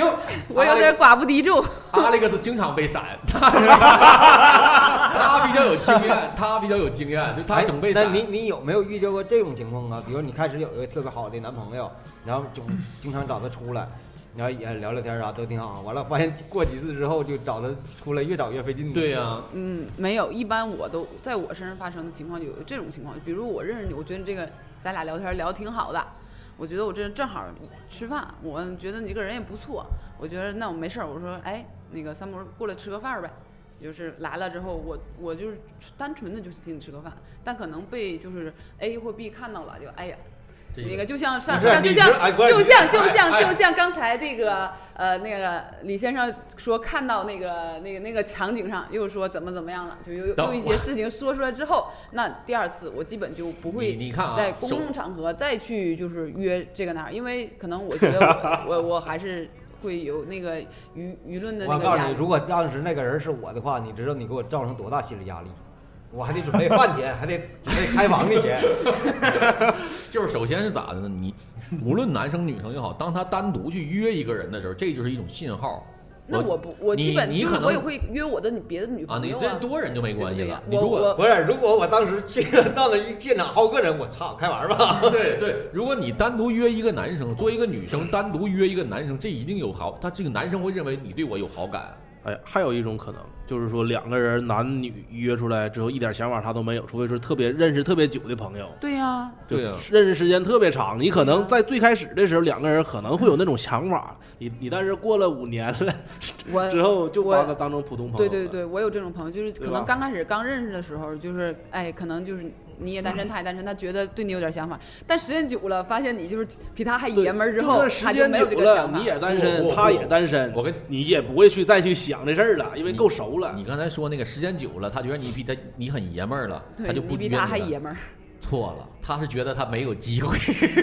[LAUGHS] 哎我有点寡不敌众。
阿雷克斯经常被闪，
[LAUGHS]
他他比较有经验，他比较有经验，就他
哎
总被
那
闪。
你你有没有遇见过这种情况啊？比如你开始有一个特别好的男朋友，然后就经常找他出来，然后也聊聊天啊啥都挺好。完了发现过几次之后就找他出来，越找越费劲。
对呀、
嗯，没有，一般我都在我身上发生的情况有这种情况，比如我认识你，我觉得这个咱俩聊天聊得挺好的，我觉得我这正好吃饭，我觉得你这个人也不错，我觉得那我没事儿，我说哎，那个三伯过来吃个饭儿呗。就是来了之后，我我就是单纯的就是请你吃个饭，但可能被就是哎 A 或 B 看到了，就哎呀，
这
那
个
个就像上
不是
上就
你
像
是哎不是
就
你
像就像
哎
就像刚才那个呃那个李先生说看到那个那个那个场景上又说怎么怎么样了，就又
等
又一些事情说出来之后，那第二次我基本就不会
你你看啊
在公
手
众场合再去就是约这个那儿，因为可能我觉得我我我还是会有那个舆舆论的那
我
个
告诉
压
你，
力。
如果当时那个人是我的话，你知道你给我造成多大心理压力？我还得准备饭钱，还得准备开房的钱。
就是首先是咋的呢？你无论男生女生也好，当他单独去约一个人的时候，这就是一种信号。
那我不我基本
你你
就
可
是
能
我也会约我的女别的女
啊，
朋
你
友
这多人就没关系了。
对不对
你如
我
果
我
不是，如果我当时去了到那一现场薅个人，我操，开玩儿吧。 [LAUGHS]
对对，如果你单独约一个男生，作为一个女生单独约一个男生，这一定有好，他这个男生会认为你对我有好感。
哎，还有一种可能就是说两个人男女约出来之后一点想法他都没有，除非是特别认识特别久的朋友，
对呀、
就
对啊
认识时间特别长，你可能在最开始的时候两个人可能会有那种想法，你你但是过了五年了
我
之后就
我
把他当成普通朋友，
对对，对，我有这种朋友，就是可
对吧
能刚开始刚认识的时候，就是哎，可能就是你也单身，他也单身，他觉得对你有点想法，但时间久了，发现你就是比他还
对
爷们儿之
就
后，他
算
就
时间
没有这
久
个
了
想，法
你。也单
不
身，
不
他
不
也单身，
我跟
你也不会去再去想这事儿了，因为够熟了。
你刚才说那个时间久了，他觉得你比他你很爷们儿了，他
对
就
你
不
比
约
他
你
还
了
爷们儿，
错了，他是觉得他没有机会，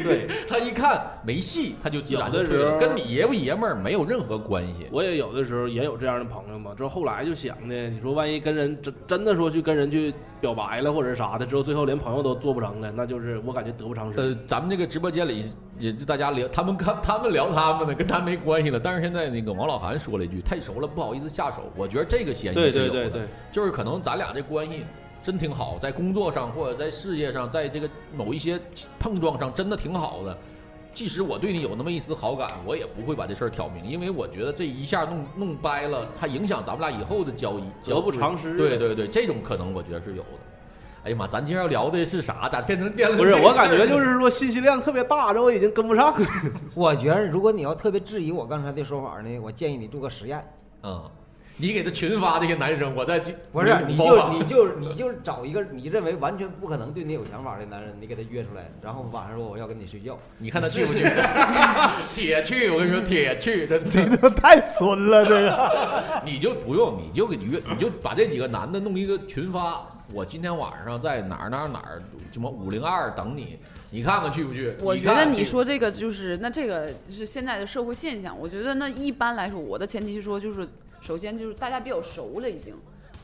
对，
他一看没戏，他就自然
有
就
的
退
时
了，
候
跟你爷不爷们儿没有任何关系。
我也有的时候也有这样的朋友嘛，之后后来就想的，你说万一跟人真真的说去跟人去表白了或者啥的，之后最后连朋友都做不成了，那就是我感觉得不偿失。
呃，咱们这个直播间里也是大家聊，他们看他们聊他们的，跟咱没关系了。但是现在那个王老韩说了一句，太熟了不好意思下手，我觉得这个嫌疑
对
是
对
有
对
的，
对，
就是可能咱俩这关系真挺好，在工作上或者在事业上，在这个某一些碰撞上真的挺好的。即使我对你有那么一丝好感，我也不会把这事儿挑明，因为我觉得这一下弄 [LAUGHS] 弄掰了，它影响咱们俩以后的交易，
得不偿失啊
对对对，这种可能我觉得是有的。哎呀妈，咱今儿要聊的是啥？咋变
[LAUGHS]
成变了？
不是，我感觉就。是说信息量特别大，之后已经跟不上。
我觉得如果你要特别质疑我刚才的说法呢，我建议你做个实验，
[LAUGHS] 嗯，你给他群发这些男生，我在
不是你
模
就
仿
你就你就找一个你认为完全不可能对你有想法的男人，你给他约出来，然后晚上说我要跟你睡觉，
你看他去不
[LAUGHS]
去？铁去，我跟你说铁去，真
这
的，
他妈太损了，这个。
你就不用，你就给约，你就把这几个男的弄一个群发。我今天晚上在哪儿哪儿哪儿什么五零二等你，你看看去不去？
我
你
觉得
看
你
去
说这个就是那这个是现在的社会现象。我觉得那一般来说，我的前提是说，就是首先就是大家比较熟了已经。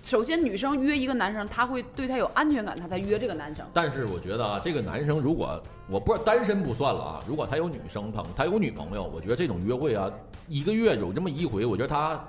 首先，女生约一个男生，她会对他有安全感，她才约这个男生。
但是我觉得啊，这个男生如果我不知道单身不算了啊，如果他有女生朋他有女朋友，我觉得这种约会啊，一个月有这么一回，我觉得他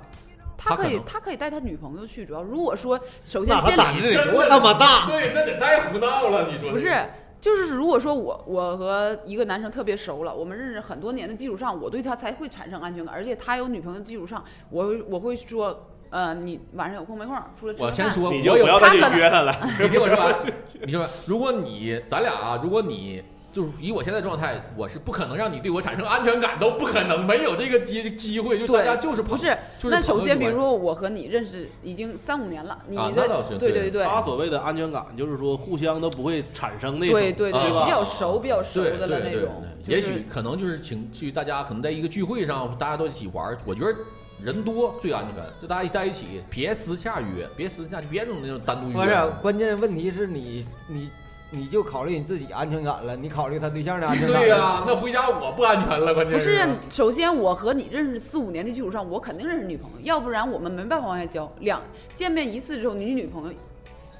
他
他
可
可
以，
能
他可以带他女朋友去。主要如果说，首先
那他
建
胆
立
子得多他妈大！
对，那得太胡闹了，你说
不是，就是如果说我我和一个男生特别熟了，我们认识很多年的基础上，我对他才会产生安全感，而且他有女朋友的基础上，我会我会说，呃，你晚上有空没空出来吃
我
个
先
饭？
说，
你就
我有
不要
他
再去
可能
约他了。
你听我说完，你说完，如果你咱俩啊，如果你就是以我现在状态，我是不可能让你对我产生安全感，都不可能，没有这个机机会，就大
对
家就是朋
不是，
就是
那首先，比
朋友
如
之
说我和你认识已经三五年了，你的、
啊那倒是
对
对
对
他所谓的安全感，就是说互相都不会产生那种
对对
对
对，
吧
比较熟比较熟
啊对
的
对
了
对
那
对
种，，
也
就是
许可能就是请去大家可能在一个聚会上，大家都一起玩儿，我觉得。人多最安全，就大家在一起，别私下约，别私下，别整那种单独约。
不是，关键问题是你你你就考虑你自己安全感了，你考虑他对象的安全感了。
对呀、那回家我不安全了，关键
不是，首先我和你认识四五年的基础上，我肯定认识女朋友，要不然我们没办法往下交。两见面一次之后，你女朋友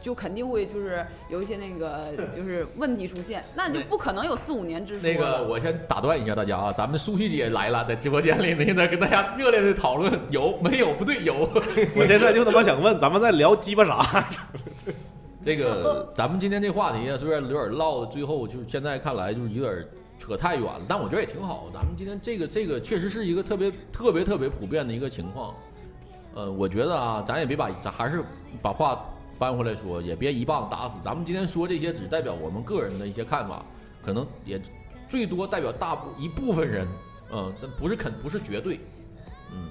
就肯定会就是有一些那
[LAUGHS]
个就是问题出现，那你就不可能有四五年之说
那个，
了
我先打断一下大家啊，咱们舒淇姐来了，在直播间里呢，现在跟大家热烈的讨论有没有不对有。
我现在就他妈想问，咱们在聊鸡巴啥？ [LAUGHS]
这个咱们今天这话题啊，虽然有点唠的，最后就是现在看来就是有点扯太远了，但我觉得也挺好。咱们今天这个这个确实是一个特别特别特别普遍的一个情况。呃，我觉得啊，咱也别把咱还是把话翻回来说，也别一棒打死。咱们今天说这些，只代表我们个人的一些看法，可能也最多代表大部一部分人。嗯，这不是肯不是绝对。嗯，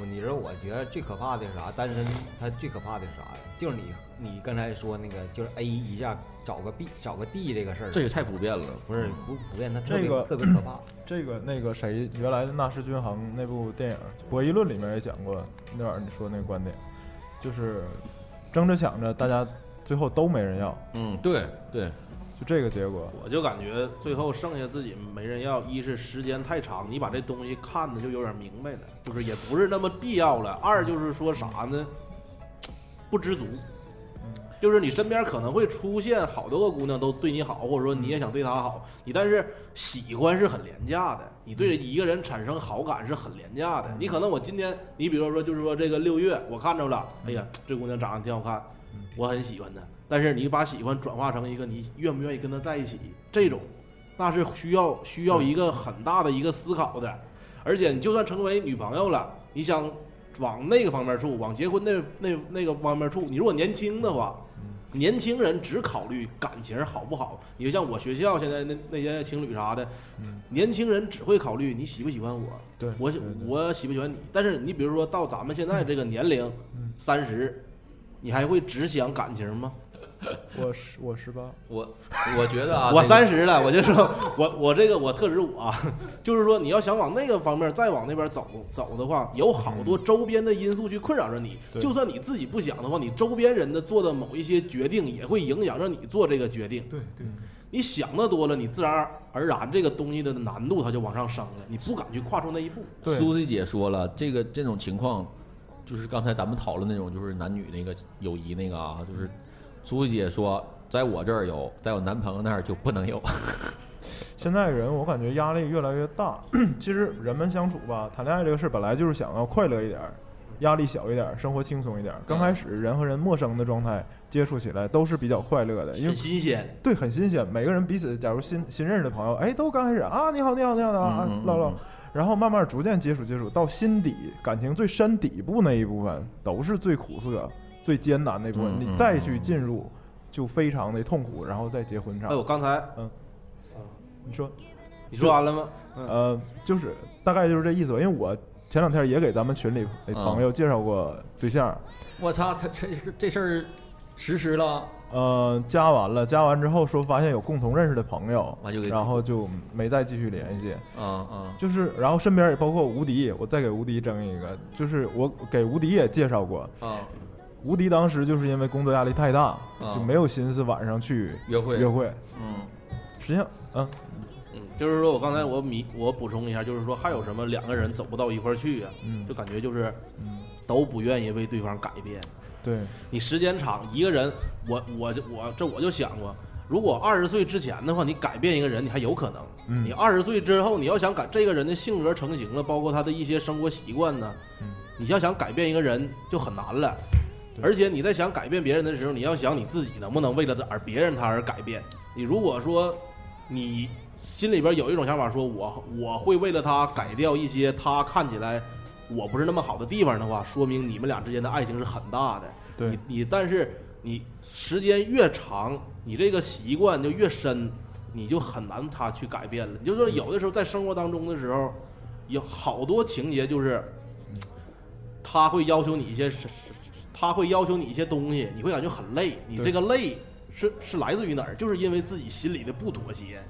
我你说，我觉得最可怕的是啥？单身，他最可怕的是啥呀？就是你你刚才说那个，就是 A 一下找个 B 找个 D 这个事儿，
这也太普遍了。
不是不普遍，他特别、
这个
特别可怕。
[LAUGHS] 这个那个谁，原来的纳什均衡那部电影《博弈论》里面也讲过那玩意儿，你说那个观点，就是争着抢着，大家最后都没人要，
嗯，对对，
就这个结果。
我就感觉最后剩下自己没人要，一是时间太长，你把这东西看的就有点明白了，就是也不是那么必要了；二就是说啥呢，不知足，就是你身边可能会出现好多个姑娘都对你好，或者说你也想对她好，你但是喜欢是很廉价的，你对一个人产生好感是很廉价的。你可能我今天，你比如说就是说这个六月我看着了，哎呀，这姑娘长得挺好看，我很喜欢她，但是你把喜欢转化成一个你愿不愿意跟她在一起这种，那是需要需要一个很大的一个思考的，而且你就算成为女朋友了，你想往那个方面处，往结婚那那那个方面处，你如果年轻的话，年轻人只考虑感情好不好。你就像我学校现在那那些情侣啥的，年轻人只会考虑你喜不喜欢我，
对，
我
对对
我喜不喜欢你。但是你比如说到咱们现在这个年龄，三十，你还会只想感情吗？
我十我十八，
我我觉得啊，这
我
个
三十了，我就说，我我这个我特指我啊， [LAUGHS] 就是说你要想往那个方面再往那边走走的话，有好多周边的因素去困扰着你。
对
就算你自己不想的话，你周边人的做的某一些决定也会影响着你做这个决定。
对对，
你想的多了，你自然而然这个东西的难度它就往上升了，你不敢去跨出那一步。
对
苏 C 姐说了，这个这种情况，就是刚才咱们讨论那种，就是男女那个友谊那个啊，就是苏 C 姐说，在我这儿有，在我男朋友那儿就不能有。 [LAUGHS]
现在人我感觉压力越来越
[CLEARS THROAT]
大。其实人们相处吧，谈恋爱这个事儿本来就是想要快乐一点儿，压力小一点儿，生活轻松一点儿。
嗯
刚开始人和人陌生的状态接触起来都是比较快乐的，因为
很新鲜，
对，很新鲜。每个人彼此，假如新新认识的朋友，哎，都刚开始啊，你好，你好，你好，你好啊
嗯嗯，嗯
唠唠
嗯，
然后慢慢逐渐接触接触，到心底感情最深底部那一部分，都是最苦涩、最艰难那部分。
嗯嗯
你再去进入，就非常的痛苦，然后再结婚啥
哎，？
哦
我刚才
你说，
你说完了吗？
呃，就是大概就是这意思吧。因为我前两天也给咱们群里那朋友介绍过对象，
我操，他这这事儿实施了，
呃，加完了，加完之后说发现有共同认识的朋友
完就给，
然后就没再继续联系。
啊啊，
就是，然后身边也包括吴迪，我再给吴迪争一个，就是我给吴迪也介绍过，
啊，
吴迪当时就是因为工作压力太大，
啊
就没有心思晚上去
约会，
约，会。
嗯
实际上，嗯，
嗯，就是说我刚才我米我补充一下，就是说还有什么两个人走不到一块儿去呀、啊
嗯
就感觉就是
嗯
都不愿意为对方改变。
对，
你时间长，一个人，我我就我这我就想过，如果二十岁之前的话，你改变一个人，你还有可能。
嗯
你二十岁之后，你要想改这个人的性格成型了，包括他的一些生活习惯呢，
嗯
你要想改变一个人就很难了。
对
而且你在想改变别人的时候，你要想你自己能不能为了而别人他而改变。你如果说你心里边有一种想法，说我我会为了他改掉一些他看起来我不是那么好的地方的话，说明你们俩之间的爱情是很大的。
对
你你但是你时间越长，你这个习惯就越深，你就很难他去改变了。你就说
嗯
有的时候在生活当中的时候，有好多情节就是，他会要求你一些，他会要求你一些东西，你会感觉很累。你
对
这个累是是来自于哪儿？就是因为自己心里的不妥协。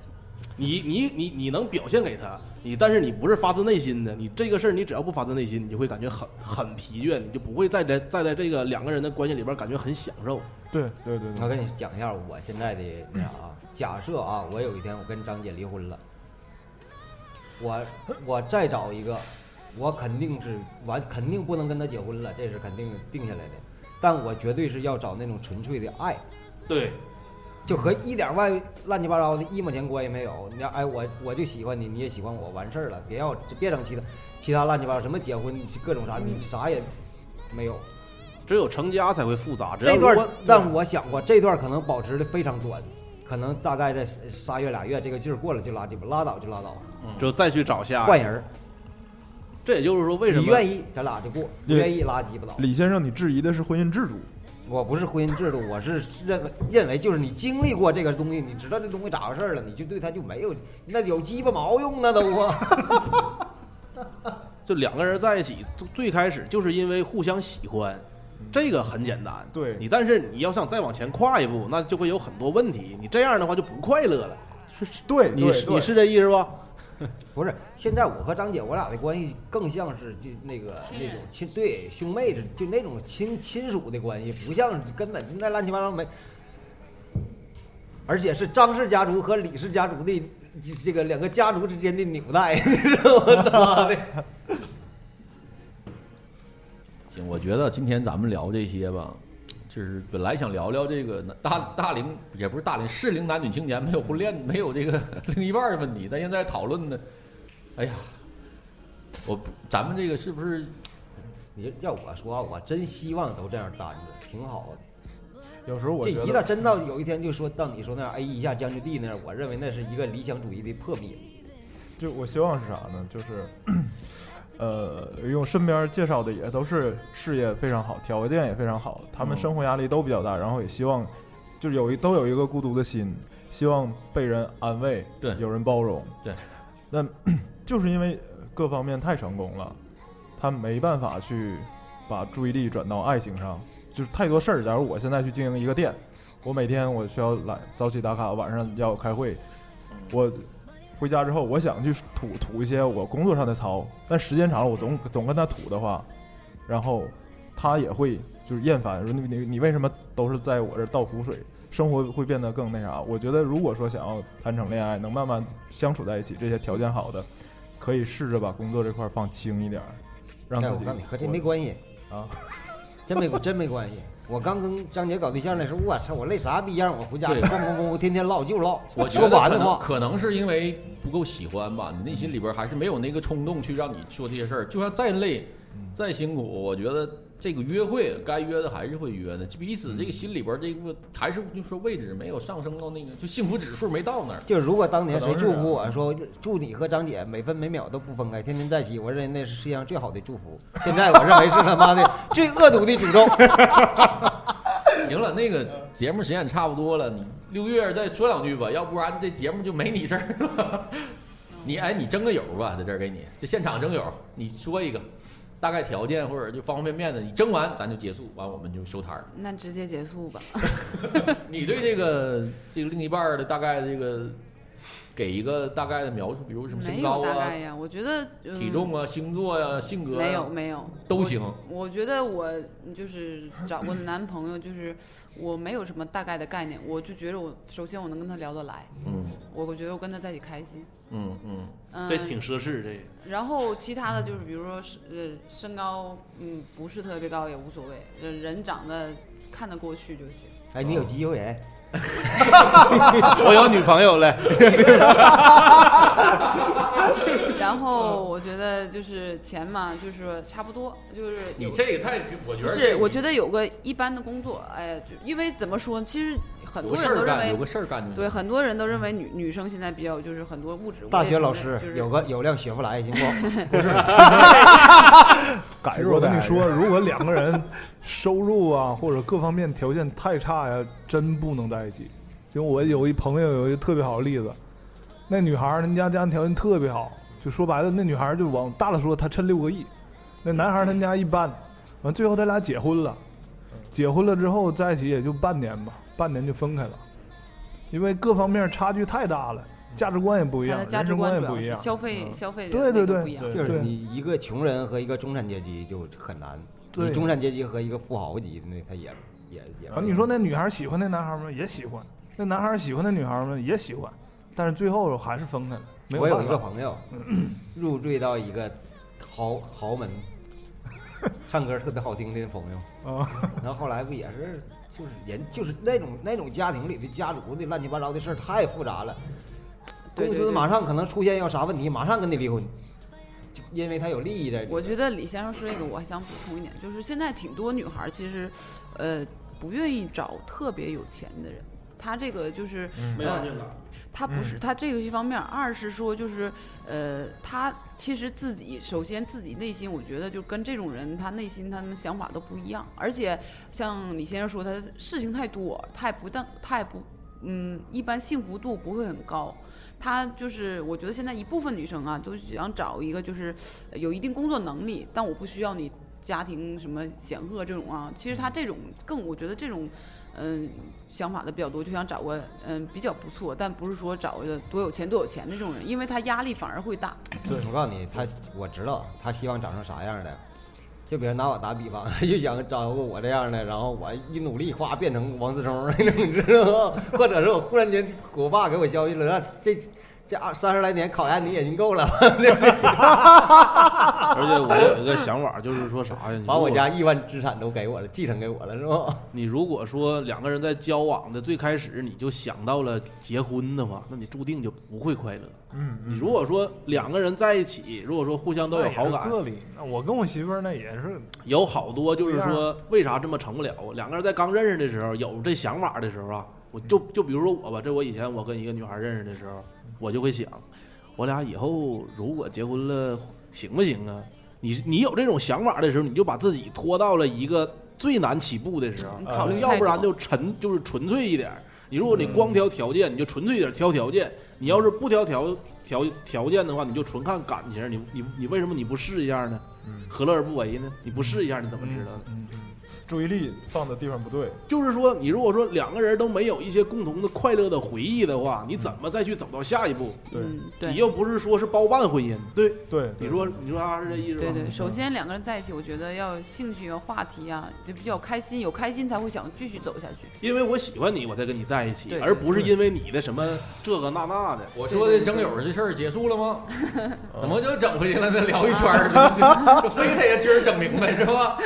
你你你你能表现给他，你但是你不是发自内心的，你这个事儿你只要不发自内心，你就会感觉很很疲倦，你就不会再在再在这个两个人的关系里边感觉很享受。
对，对，对，
我
对，
跟你讲一下我现在的那啥啊，假设啊，我有一天我跟张姐离婚了，我我再找一个，我肯定是完肯定不能跟她结婚了，这是肯定定下来的。但我绝对是要找那种纯粹的爱，
对，
就和一点外乱七八糟的一毛钱关系没有。你要哎，我我就喜欢你，你也喜欢我，完事儿了，别要别整其他其他乱七八糟什么结婚各种啥，你啥也没有。
只有成家才会复杂。只要
这
如
段
果，
但我想过，这段可能保持的非常短，可能大概在仨月俩月，这个劲儿过了就拉鸡巴，拉倒就拉倒，
嗯就再去找下一个
换人儿。
这也就是说，啊为什
你
么
愿意，咱俩就过；不
对
愿意，拉鸡巴倒。
李先生，你质疑的是婚姻制度，
我不是婚姻制度，我是认为认为就是你经历过这个东西，你知道这东西咋回事儿了，你就对他就没有那有鸡巴毛用那都啊！
就两个人在一起，最最开始就是因为互相喜欢，这个很简单。
对
你，但是你要想再往前跨一步，那就会有很多问题。你这样的话就不快乐了。
对，
你
对，
是
对
你是这意思吧？
不是，现在我和张姐我俩的关系更像是就那个
亲
那
人
种亲对兄妹之就那种亲亲属的关系，不像是根本就那乱七八糟没，而且是张氏家族和李氏家族的这这个两个家族之间的纽带， [LAUGHS] 你知道吗？ [LAUGHS] 他妈的，
行，我觉得今天咱们聊这些吧，就是本来想聊聊这个大大龄也不是大龄适龄男女青年没有婚恋没有这个 [LAUGHS] 另一半儿的问题，但现在讨论的，哎呀，我不咱们这个是不是
你要我说啊，我真希望都这样单着，挺好的。
有时候我
这
觉
一
得
到真到有一天就说到你说那样，哎一下将军地那样，我认为那是一个理想主义的破灭。
就我希望是啥呢？就是，呃，因为我身边介绍的也都是事业非常好，条件也非常好，他
嗯
们生活压力都比较大，然后也希望，就是有一都有一个孤独的心，希望被人安慰，
对
有人包容，
对。
那 [CLEARS THROAT] 就是因为各方面太成功了，他没办法去把注意力转到爱情上，就是太多事儿。假如我现在去经营一个店，
我每天我需要来早起打卡，晚上要开会，我回家之后，我想去吐吐一些我工作上的槽，但时间长了，我总总跟他吐的话，然后他也会就是厌烦，说你你你为什么都是在我这儿倒苦水？生活会变得更那啥。我觉得如果说想要谈成恋爱，能慢慢相处在一起，这些条件好的，可以试着把工作这块儿放轻一点儿，让
哎
自
我
己
告诉你，和这没关系，
啊。
真没真没关系。我刚跟张姐搞对象那时候，我操，我累啥逼样？我回家咣
对
咣咣，天天唠就唠。
我觉
说
得
不完
可
的
能
话，
可能是因为不够喜欢吧，你内心里边还是没有那个冲动去让你做这些事儿。就算再累、
嗯
再辛苦，我觉得这个约会该约的还是会约的，彼此
嗯
这个心里边这个还是就说位置没有上升到那个，就幸福指数没到那儿。
就是如果当年
可
谁
能是
祝福
啊
我说祝你和张姐每分每秒都不分开，天天在一起，我认为那是世界上最好的祝福。现在我认为是他
[LAUGHS]
妈的最恶毒的诅咒。
行了，那个节目时间也差不多了，你六月再说两句吧，要不然这节目就没你事儿了。 [LAUGHS] 你哎，你征个友吧，在这儿给你，这现场征友，你说一个大概条件或者就方方面面的，你征完咱就结束，完我们就收摊儿。
那直接结束吧。
你对这个这个另一半儿的大概这个给一个大概的描述，比如什么
没
身
有
高
大
啊
概、呀，我觉得、嗯、
体重啊、星座呀、性格、啊、
没有没有
都
我
行。
我觉得我就是找过的男朋友，就是我没有什么大概的概念，我就觉得我首先我能跟他聊得来，
嗯
我我觉得我跟他在一起开心，
嗯嗯，
嗯，
这挺奢侈这个。
然后其他的就是比如说是呃身高嗯不是特别高也无所谓，人人长得看得过去就
[LAUGHS]
行。
哎，你有机会哎，
我有女朋友了，
然
嗯
后我觉得就是钱嘛，就是说差不多，就是有
[LAUGHS] 你这个太，我
不
觉得
是，我觉
得
得有个一般的工作，哎，就因为怎么说，其实很
有
多
个事
人都
儿
认
干，有
为，
个事儿干就
对，很多人都认为女女生现在比较就是很多物质，
大
物质
学老
层
师
面就是
有个有辆雪佛兰，行
[LAUGHS]
不？
其
改
实
过
我跟
来
你 [LAUGHS] 说，，如果两个人收入啊或者各方面条件太差呀，真不能在一起。就我有一朋友有一个特别好的例子，那女孩儿人家家庭条件特别好，就说白了，那女孩儿就往大了说，她趁六个亿，那男孩儿他家一般，完最后他俩结婚了，结婚了之后在一起也就半年吧，半年就分开了，因为各方面差距太大了，价值观也不一
他
样
的，哎价
人
值
生
观
观
主
也
要
不一
是
样，嗯
消费消费的
对
那
对
个
对
不一样。
对
就是你一个穷人和一个中产阶级就很难，
对
你中产阶级和一个富豪级的那他也也也
然。后啊你说那女孩喜欢那男孩吗？也喜欢。那男孩喜欢那女孩吗？也喜欢。但是最后还是分开了。没
我
有
有
办
一个
法。
朋
[CLEARS THROAT]
友入赘到一个豪豪门，唱歌特别好听的朋友
啊，
然后后来不也是就是人就是那种那种家庭里的家族的乱七八糟的事儿太复杂了，
对对
公司
对
马上可能出现要啥问题，马上跟你离婚，就因为他有利益在里面。
我觉得李先生说这个，我还想补充一点，就是现在挺多女孩儿其实，呃，不愿意找特别有钱的人。她这个就是，
嗯没
呃
看见了。
他不是他这个一方面，二是说就是呃，他其实自己首先自己内心，我觉得就跟这种人他内心他们想法都不一样，而且像李先生说，他事情太多，他也不但他也不嗯，一般幸福度不会很高。他就是，我觉得现在一部分女生啊，都想找一个就是呃有一定工作能力，但我不需要你家庭什么显赫这种啊。其实他这种更，我觉得这种，嗯、想法的比较多，就想找个嗯、比较不错，但不是说找一个多有钱多有钱的这种人，因为他压力反而会大。
我告诉你，他我知道他希望长成啥样的。就比如拿我打比方， [LAUGHS] 就想找个我这样的，然后我一努力，哗变成王思聪那种， [LAUGHS] 你知道吗？或者是我忽然间，我爸给我消息了，这这二三十来年考验你也经够了， [LAUGHS]
[LAUGHS] 而且我有一个想法，就是说啥呀？你
把
如
我
果
家亿万资产都给我了，继承给我了，是吧？
你如果说两个人在交往的最开始你就想到了结婚的话，那你注定就不会快乐。
嗯
你如果说两个人在一起，如果说互相都有好感，
个例。那我跟我媳妇儿那也是，
有好多就是说为啥这么成不了？两个人在刚认识的时候有这想法的时候啊，我就
嗯
就比如说我吧，这我以前我跟一个女孩认识的时候，我就会想，我俩以后如果结婚了行不行啊？你你有这种想法的时候，你就把自己拖到了一个最难起步的时候，
你嗯考虑
要
太嗯
不然
多
就纯就是纯粹一点儿。你如果你光挑条件，你就纯粹一点儿挑条件；你要是不挑条条条件的话，你就纯看感
嗯
情。你你你为什么你不试一下呢？何乐而不为呢？你不试一下，你怎么知道呢？
嗯嗯
注意力放的地方不对。
就是说，你如果说两个人都没有一些共同的快乐的回忆的话，你怎么再去走到下一步？
对
嗯，
你
对。
又不是说是包办婚姻，对？
对，对
你说，
嗯
你说他是这意思
对
吧？
对，首先两个人在一起，我觉得要有兴趣啊、话题啊，就比较开心，有开心才会想继续走下去。
因为我喜欢你，我才跟你在一起
对，
而不是因为你的什么这个那那的。
我说的整友这事儿结束
[LAUGHS]
了吗？怎么就整回去了呢？聊一圈儿，这这 [LAUGHS] 非得今儿整明白是吧？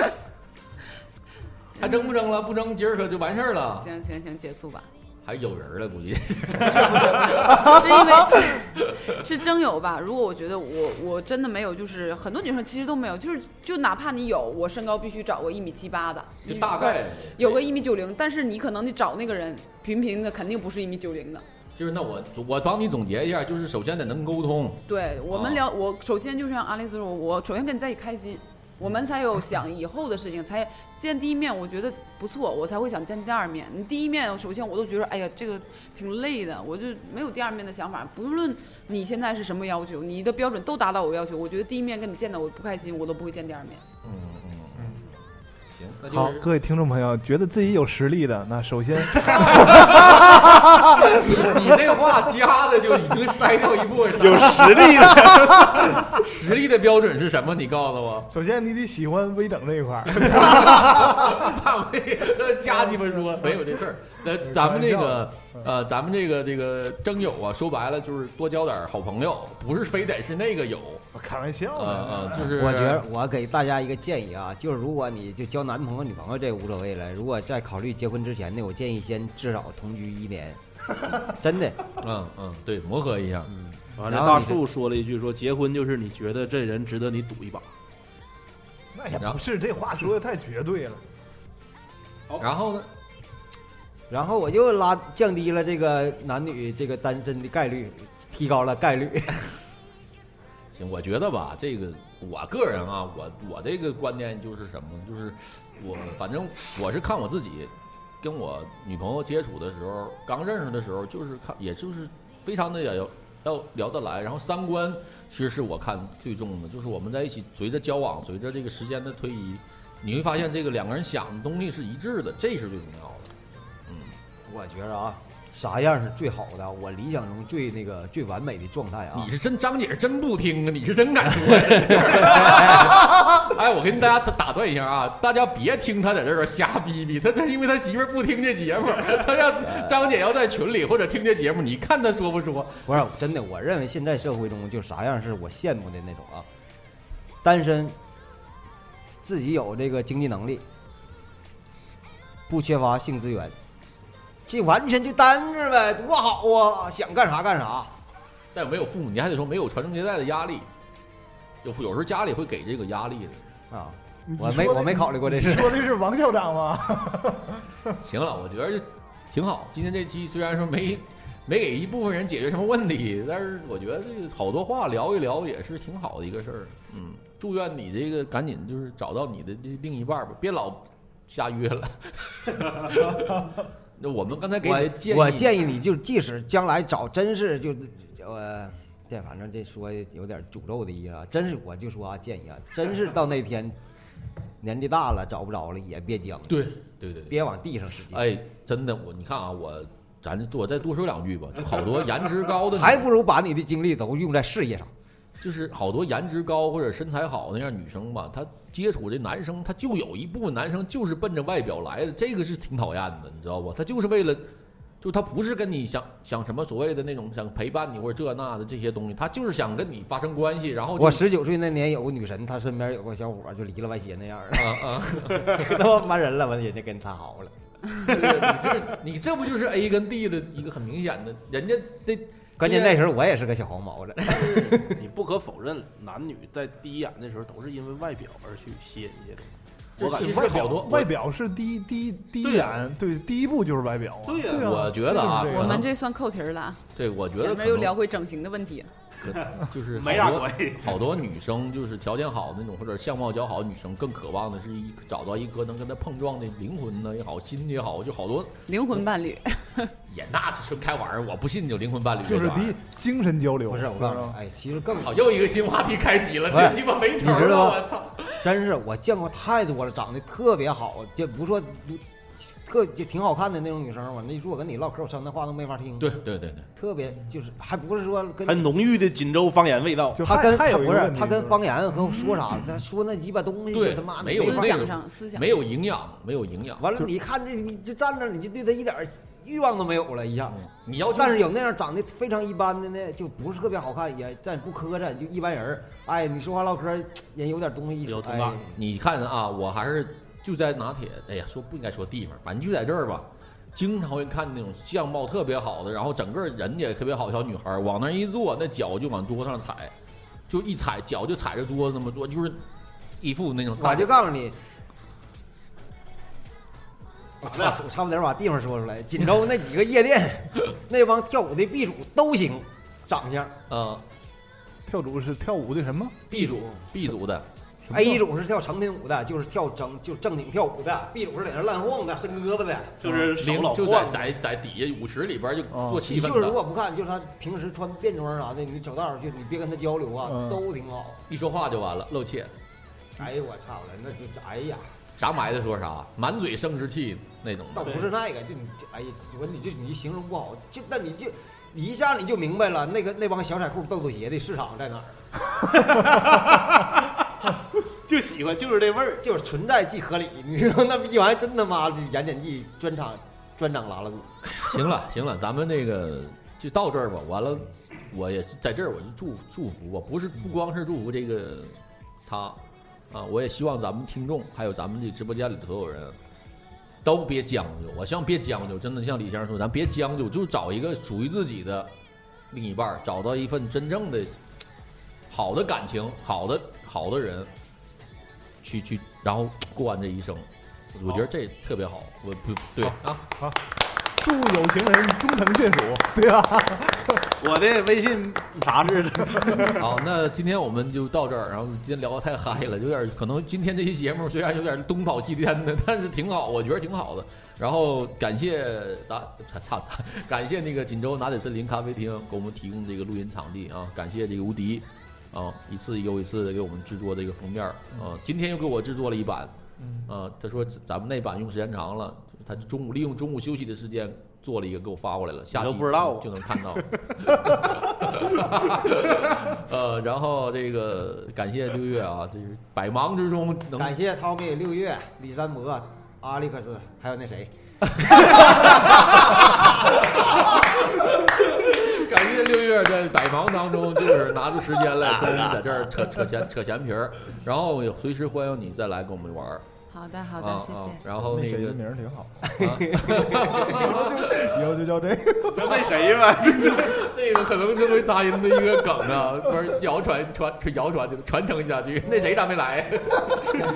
还争不争了？不争，今儿可就完事儿
啊
了。
行行行，结
[LAUGHS]
束吧。
还有人了，估计 [LAUGHS]
是因为 [LAUGHS] 是真有吧？如果我觉得我我真的没有，就是很多女生其实都没有，就是就哪怕你有，我身高必须找个一米七八的，
就大概
有个一米九零，但是你可能你找那个人平平的，肯定不是一米九零的。
就是那我我帮你总结一下，就是首先得能沟通，
对
哦
我们聊，我首先就像啊阿丽斯说，我首先跟你在一起开心，我们才有想以后的事情，才见第一面，我觉得不错，我才会想见第二面。你第一面，首先我都觉得，哎呀，这个挺累的，我就没有第二面的想法。不论你现在是什么要求，你的标准都达到我要求，我觉得第一面跟你见到我不开心，我都不会见第二面。
嗯嗯嗯，行，那就
好，
是
各位听众朋友，觉得自己有实力的，那
[LAUGHS]
首先
你你这话加的就已经筛掉一部
[LAUGHS]
分有
实力
[LAUGHS]
的，
实力的标准是什么？你告诉我，
首先你得喜欢微整这一块儿，
范围那瞎鸡巴说没有这事儿。那咱们这个呃，咱们这个这个征友啊，说白了就是多交点好朋友，不是非得是那个友，
我开玩笑
呃
嗯
呢。
呃，就是
我觉得我给大家一个建议啊，就是如果你就交男朋友女朋友这无所谓了，如果在考虑结婚之前呢，我建议先至少同居一年， [LAUGHS] 真的。
嗯嗯，对，磨合一下，
嗯
完了，
然后
啊大
你
树说了一句：“说结婚就是你觉得这人值得你赌一把。
那也不是，这话说的太绝对了。
然后呢，
然后我又拉降低了这个男女这个单身的概率，提高了概
[LAUGHS]
率。
行，我觉得吧，这个我个人啊，我我这个观念就是什么呢？就是我反正我是看我自己，跟我女朋友接触的时候，刚认识的时候，就是看，也就是非常的要要聊得来，然后三观其实是我看最重的，就是我们在一起，随着交往，随着这个时间的推移，你会发现这个两个人想的东西是一致的，这是最重要的。嗯
我觉着啊，啥样是最好的？我理想中最那个最完美的状态啊
你！是真张姐是真不听啊，你是真敢说呀、 [LAUGHS] 哎，我跟大家打断一下啊，大家别听他在这边瞎逼逼，他他因为他媳妇儿不听这节目，他要张姐要在群里或者听这节目，你看他说不说？
不是真的，我认为现在社会中就啥样是我羡慕的那种啊，单身，自己有这个经济能力，不缺乏性资源，这完全就单着呗，多好啊！想干啥干啥。
但有没有父母，你还得说没有传宗接代的压力，有有时候家里会给这个压力的。
啊，
你
我没
说的
我没考虑过这事
你说的是王校长吗？
行了，我觉得挺好。今天这期虽然说没 [LAUGHS] 没给一部分人解决什么问题，但是我觉得这个好多话聊一聊也是挺好的一个事儿。嗯，祝愿你这个赶紧就是找到你的这另一半儿吧，别老瞎约了。 [LAUGHS] 那我们刚才给你的建议，
我我建议你就即使将来找真是就呃，这反正这说有点诅咒的意思啊，真是我就说啊，建议
[LAUGHS]
啊，真是到那天年纪大了找不着了也别僵，
对对对对，
别往地上使劲，
哎，真的，我你看啊，我咱我再多说两句吧，就好
[LAUGHS]
多颜值高的女，
还不如把你的精力都用在事业上。
啊就是好多颜值高或者身材好那样女生吧，她接触这男生，她就有一部分男生就是奔着外表来的，这个是挺讨厌的，你知道不？他就是为了，就他不是跟你想想什么所谓的那种想陪伴你或者这那的这些东西，他就是想跟你发生关系，然后就
我十九岁那年有个女神，她身边有个小伙儿就离了外邪那样儿，
啊啊，
[LAUGHS] 他妈烦人了，完人家跟他好了，
对你这你这不就是 A 跟 D 的一个很明显的，人家那
关键那时候我也是个小黄毛子，”
哎
你不可否认，男女在第一眼的时候都是因为外表而去吸引一些东西。我感
其
觉
实好多
外表是第一第一第一
对呀
眼，对第一步就是外表啊。
对呀
啊
我觉得啊
就是
可
我
能
们这算扣题儿了啊，
对，我觉得
前
可
面又
能
聊回整形的问题。
可就是
没
好
啥
多
关系。
好多女生就是条件好的那种，或者相貌较好的女生，更渴望的是一找到一个能跟她碰撞的灵魂呢也好，心也好，就好多
灵魂伴侣，
也那是纯开玩意儿，我不信你有灵魂伴侣
就是第
第
一精神交流。
不是我告诉你，哎，其实更
好又一个新话题开启了，
喂
这鸡巴没头
你知
了，
道吗
我操！
真是我见过太多了，长得特别好，就不说特就挺好看的那种女生。我那如果跟你唠嗑，我上那话都没法听。
对，对对对，
特别就是还不是说跟
还浓郁的锦州方言味道。
就
他
还
跟
还
他
有一
不
个
是
问题
他
就
跟
是嗯
方言和说啥，他说那鸡巴东西，
对
他妈的
没有
思
那
想
个
上，思想
没有营养，没有营养。
完了，你看这你就站那儿，你就对他一点儿欲望都没有了，一下。
嗯你要求
但是有那样长得非常一般的呢，就不是特别好看，也但不磕碜，就一般人儿。哎，你说话唠嗑儿，人有点东西一
有
说，
同
哎
感，
你看啊，我还是就在拿铁，哎呀，说不应该说地方，反正就在这儿吧。经常会看那种相貌特别好的，然后整个人也特别好，小女孩儿往那儿一坐，那脚就往桌子上踩，就一踩脚就踩着桌子那么坐，就是一副那种大
我
啊
就告诉你，我差我啊差不点把地方说出来。锦州那几个夜店，那帮跳舞的避暑都行，长相。
呃
跳主是跳舞的什么？
B 组 B 组的，
A 种是跳成品舞的，就是跳正就正经跳舞的；B 种是在那乱晃的，伸胳膊的。
就是手
零
老
就在
晃，啊
在在底下舞池里边儿就
哦
做
你
气氛
就是
的
如，果不看，就是他平时穿便装啥的，你走道儿就你别跟他交流啊，
嗯
都挺好。
一说话就完了，露怯，
哎呀，我操了，那就哎呀，
啥埋汰说啥，啊满嘴生殖器那种
倒
的。
不是那个，就你这哎呀，我你这你形容不好，就那你就你一下你就明白了，那个那帮小彩裤、豆豆鞋的市场在哪儿，
就喜欢就是这味儿。
就是存在即合理。你知道 [LAUGHS] 那逼玩意儿真他妈的盐碱地专场专长拉拉鼓，
行了行了，咱们那个就到这儿吧。完了，我也是在这儿，我就祝祝福吧，不是不光是祝福这个他啊，我也希望咱们听众还有咱们这直播间里的所有人都别将就。我希望别将就，真的像李先生说，咱别将就，就找一个属于自己的另一半儿，找到一份真正的好的感情，好的好的人，去去，然后过完这一生。我觉得这特别好，我不对啊，
祝有情人终成眷属，对吧？
我的微信啥似
[LAUGHS]
的，
好，那今天我们就到这儿。然后今天聊的太嗨了，有点可能今天这期节目虽然有点东跑西颠的，但是挺好，我觉得挺好的。然后感谢咱咱咱咱感谢那个锦州拿铁森林咖啡厅给我们提供这个录音场地啊，感谢这个无敌啊，一次又一次的给我们制作这个封面儿啊，今天又给我制作了一版
嗯，
啊，他说咱们那版用时间长了，他中午利用中午休息的时间做了一个给我发过来了，下
你
期
都不知道啊
就能看到。 [LAUGHS] 呃，然后这个感谢六月啊，这是百忙之中能
感谢汤米、六月、李山伯、阿历克斯，还有那谁。
感谢六月在百忙当中，就是拿出时间来跟我们在这儿扯扯闲扯闲皮儿，然后也随时欢迎你再来跟我们玩儿。
好的，好
啊
的，谢
啊
谢。
然后
那
那
谁
个
的名儿挺
[LAUGHS]
好，
啊
以后就叫这个。
就那谁呗，
这个可能是会扎人的一个梗啊， [LAUGHS] 不是谣传传谣传传承下去。那谁咋没来？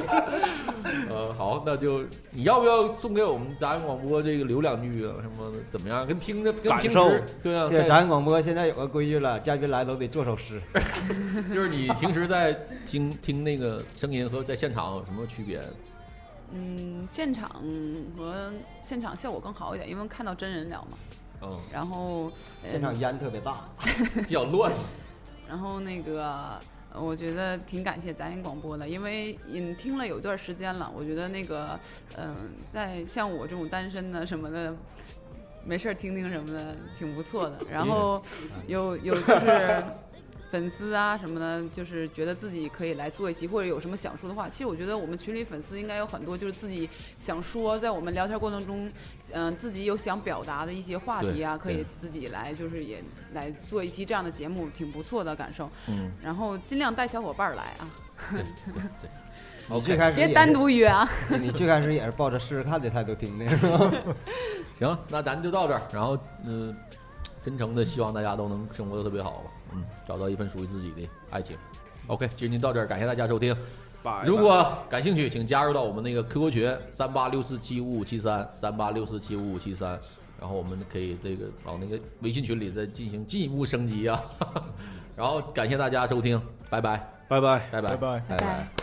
[LAUGHS] 呃，好，那就你要不要送给我们杂音广播这个留两句啊？什么的怎么样？跟听着跟
感
平
受
时对啊，
现在
在
咱广播现在有个规矩了，嘉宾来都得做首诗。
[LAUGHS] 就是你平时在听听那个声音和在现场有什么区别？
嗯，现场和现场效果更好一点，因为看到真人聊嘛。
嗯，
然后，呃
现场烟特别大，
比较乱。
然后那个，呃我觉得挺感谢杂音广播的，因为嗯听了有一段时间了，我觉得那个，嗯、在像我这种单身的什么的。没事儿听听什么的，挺不错的。然后
嗯
有有就是粉丝啊什么的，就是觉得自己可以来做一期，或者有什么想说的话。其实我觉得我们群里粉丝应该有很多，就是自己想说，在我们聊天过程中，嗯、自己有想表达的一些话题啊，
对
可以
对
自己来，就是也来做一期这样的节目，挺不错的感受。
嗯，
然后尽量带小伙伴儿来啊，
[LAUGHS] 对对对。
你最
OK，
开始
别
也
单
是
独约啊。
你最开始也是抱着试试看的态度听的，
[LAUGHS]
行，那咱就到这儿。然后，嗯、真诚的希望大家都能生活的特别好吧。嗯，找到一份属于自己的爱情。OK，今天就到这儿，感谢大家收听。
拜拜
如果感兴趣，请加入到我们那个 QQ 群三八六四七五五七三三八六四七五五七三，然后我们可以这个往那个微信群里再进行进一 [LAUGHS] 步升级啊。然后感谢大家收听，拜拜，
拜拜。
拜拜
拜。拜。
拜拜。